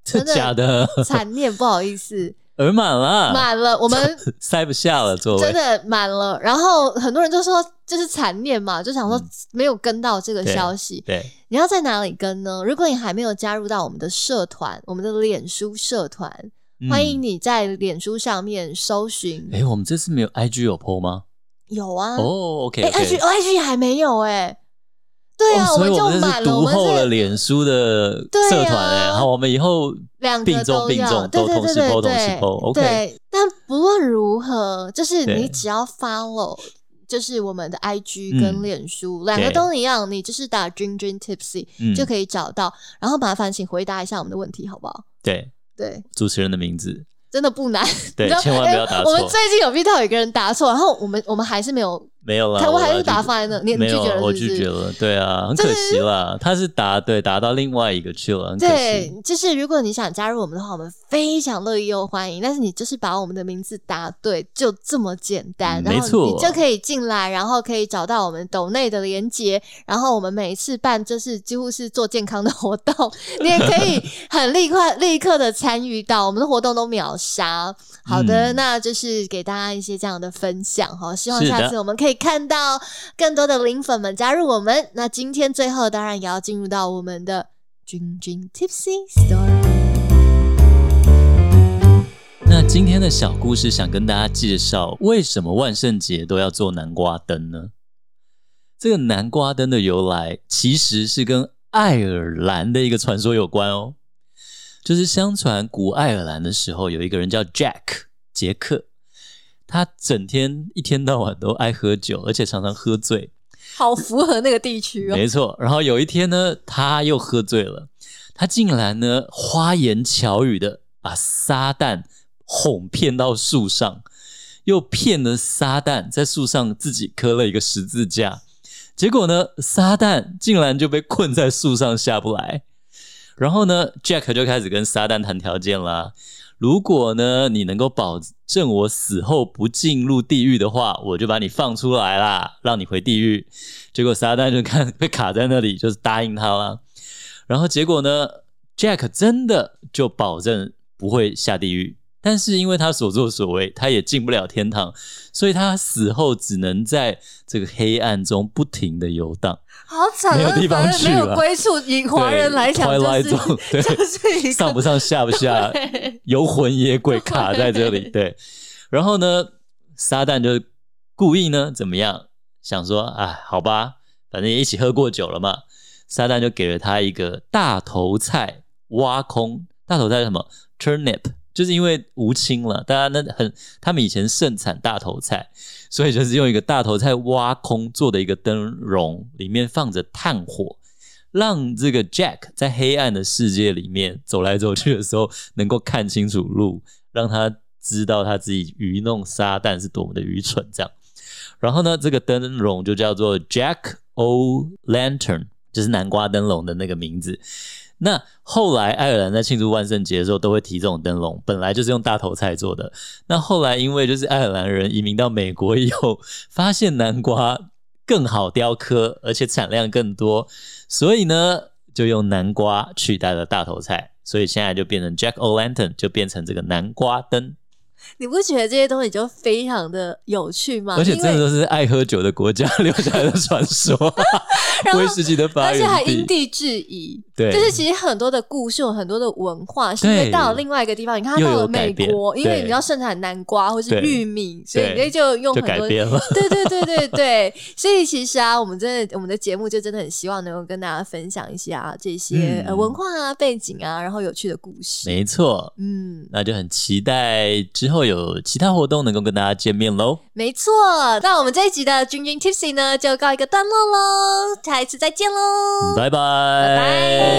Speaker 2: 真
Speaker 1: 真的
Speaker 2: 的假的？
Speaker 1: 惨念不好意思，
Speaker 2: 额满了，
Speaker 1: 满了，我们
Speaker 2: 塞不下了座
Speaker 1: 真
Speaker 2: 位。
Speaker 1: 的满了。然后很多人就说就是惨念嘛，就想说
Speaker 2: 嗯
Speaker 1: 没有跟到这个
Speaker 2: 对
Speaker 1: 消息。
Speaker 2: 对，
Speaker 1: 你要在哪里跟呢？如果你还没有加入到我们的社团，我们的脸书社团，
Speaker 2: 嗯
Speaker 1: 欢迎。你在脸书上面搜寻。
Speaker 2: 哎，我们这次没有 IG 有 PO 吗？
Speaker 1: 有啊，
Speaker 2: 哦
Speaker 1: 哎
Speaker 2: ，OK，
Speaker 1: ，H IG 还没有哎、对啊，
Speaker 2: 哦，所以
Speaker 1: 们就
Speaker 2: 我们这
Speaker 1: 满
Speaker 2: 是
Speaker 1: 了，我
Speaker 2: 独
Speaker 1: 们
Speaker 2: 厚了
Speaker 1: 是
Speaker 2: 脸书的
Speaker 1: 对
Speaker 2: 社团
Speaker 1: 啊
Speaker 2: 哎，好，我们以后
Speaker 1: 两
Speaker 2: 并
Speaker 1: 个
Speaker 2: 重
Speaker 1: 都
Speaker 2: 并
Speaker 1: 要，
Speaker 2: 重
Speaker 1: 对
Speaker 2: 都
Speaker 1: 对
Speaker 2: 同
Speaker 1: 对
Speaker 2: 时
Speaker 1: 对
Speaker 2: PO 同时
Speaker 1: 对
Speaker 2: PO，OK，
Speaker 1: 对，但不论如何，就是
Speaker 2: 对
Speaker 1: 你只要 follow。就是我们的 IG 跟
Speaker 2: 嗯
Speaker 1: 脸书两、个
Speaker 2: 对
Speaker 1: 都一样，你就是打 Dream Dream Tipsy、
Speaker 2: 嗯
Speaker 1: 就可以找到。然后麻烦请回答一下我们的问题，好不好？
Speaker 2: 对，
Speaker 1: 对，
Speaker 2: 主持人的名字，
Speaker 1: 真的不难。 *laughs*
Speaker 2: 对
Speaker 1: 你知道，
Speaker 2: 千万不要
Speaker 1: 哎
Speaker 2: 答
Speaker 1: 我
Speaker 2: 错，
Speaker 1: 们最近有遇到有一个人答错，然后我们我们还是没有，
Speaker 2: 没有啦，
Speaker 1: 他我还
Speaker 2: 要
Speaker 1: 是
Speaker 2: 拒
Speaker 1: 把它
Speaker 2: 绝
Speaker 1: 放在那，你你
Speaker 2: 没
Speaker 1: 拒
Speaker 2: 有
Speaker 1: 绝了是不
Speaker 2: 我拒绝
Speaker 1: 是？
Speaker 2: 了，对啊，很可惜啦，他是答对答到另外一个去了，很可
Speaker 1: 对
Speaker 2: 惜，，
Speaker 1: 就是如果你想加入我们的话，我们非常乐意又欢迎。但是你就是把我们的名字答对，就这么简单，
Speaker 2: 嗯
Speaker 1: 然
Speaker 2: 没
Speaker 1: 后
Speaker 2: 错
Speaker 1: 你就可以进来，然后可以找到我们抖内的连接。然后我们每一次办就是几乎是做健康的活动，你也可
Speaker 2: *laughs*
Speaker 1: 以很立刻立刻的参与到我们的活动都秒杀。好的，
Speaker 2: 嗯
Speaker 1: 那就是给大家一些这样的分享哈，希望
Speaker 2: 是的
Speaker 1: 下次我们可以看到更多的零粉们加入我们。那今天最后当然也要进入到我们的君君 Tipsy Story。
Speaker 2: 那今天的小故事想跟大家介绍，为什么万圣节都要做南瓜灯呢？这个南瓜灯的由来其实是跟爱尔兰的一个传说有关哦，就是相传古爱尔兰的时候，有一个人叫 Jack 杰克，他整天一天到晚都爱喝酒，而且常常喝醉，
Speaker 1: 好符合那个地区哦。
Speaker 2: 没错，然后有一天呢，他又喝醉了，他竟然呢花言巧语的把撒旦哄骗到树上，又骗了撒旦在树上自己刻了一个十字架，结果呢，撒旦竟然就被困在树上下不来。然后呢，Jack 就开始跟撒旦谈条件啦。如果呢，你能够保证我死后不进入地狱的话，我就把你放出来啦，让你回地狱。结果撒旦就看被卡在那里，就是答应他啦。然后结果呢，Jack 真的就保证不会下地狱，但是因为他所作所为，他也进不了天堂，所以他死后只能在这个黑暗中不停的游荡。
Speaker 1: 好惨，
Speaker 2: 没有地方
Speaker 1: 反正
Speaker 2: 去
Speaker 1: 没有
Speaker 2: 了
Speaker 1: 归处。以华人来讲，
Speaker 2: 对
Speaker 1: 就是 *laughs*
Speaker 2: Twilight Zone，对
Speaker 1: 就是一个
Speaker 2: 上不上下不下
Speaker 1: 对，
Speaker 2: *laughs* 游魂野鬼卡在这里。对，然后呢，撒旦就故意呢怎么样，想说，哎，好吧，反正也一起喝过酒了嘛。撒旦就给了他一个大头菜挖空，大头菜是什么？turnip，就是因为无青了，大家那很，他们以前盛产大头菜，所以就是用一个大头菜挖空做的一个灯笼，里面放着炭火，让这个 Jack 在黑暗的世界里面走来走去的时候，能够看清楚路，让他知道他自己愚弄撒旦是多么的愚蠢。这样，然后呢，这个灯笼就叫做 Jack O Lantern，就是南瓜灯笼的那个名字。那后来爱尔兰在庆祝万圣节的时候，都会提这种灯笼，本来就是用大头菜做的。那后来因为就是爱尔兰人移民到美国以后，发现南瓜更好雕刻，而且产量更多，所以呢，就用南瓜取代了大头菜，所以现在就变成 Jack O' Lantern，就变成这个南瓜灯。
Speaker 1: 你不觉得这些东西就非常的有趣吗？
Speaker 2: 而且
Speaker 1: 因
Speaker 2: 真的
Speaker 1: 为
Speaker 2: 都是爱喝酒的国家留下来的传说， *laughs*
Speaker 1: 然后
Speaker 2: 威士忌的发
Speaker 1: 而且还
Speaker 2: 源
Speaker 1: 因
Speaker 2: 地。
Speaker 1: 地制宜，
Speaker 2: 对
Speaker 1: 就是其实很多的故事、有很多的文化，是因为
Speaker 2: 对
Speaker 1: 到了另外一个地方，你看它
Speaker 2: 又
Speaker 1: 到了
Speaker 2: 有改
Speaker 1: 美
Speaker 2: 变
Speaker 1: 国，因为
Speaker 2: 对
Speaker 1: 你要盛产南瓜或是
Speaker 2: 对
Speaker 1: 玉米，所以
Speaker 2: 对
Speaker 1: 你就用
Speaker 2: 就
Speaker 1: 很
Speaker 2: 改
Speaker 1: 多
Speaker 2: 编了，
Speaker 1: 对对对对对，所以其实啊，我们真的我们的节目就真的很希望能够跟大家分享一下这些、
Speaker 2: 嗯
Speaker 1: 呃文化啊、背景啊，然后有趣的故事。
Speaker 2: 没错，
Speaker 1: 嗯，
Speaker 2: 那就很期待之后有其他活动能够跟大家见面喽。
Speaker 1: 没错。那我们这一集的君君 Tipsy 呢，就告一个段落喽，下一次再见喽，
Speaker 2: 拜拜，
Speaker 1: 嗯拜拜。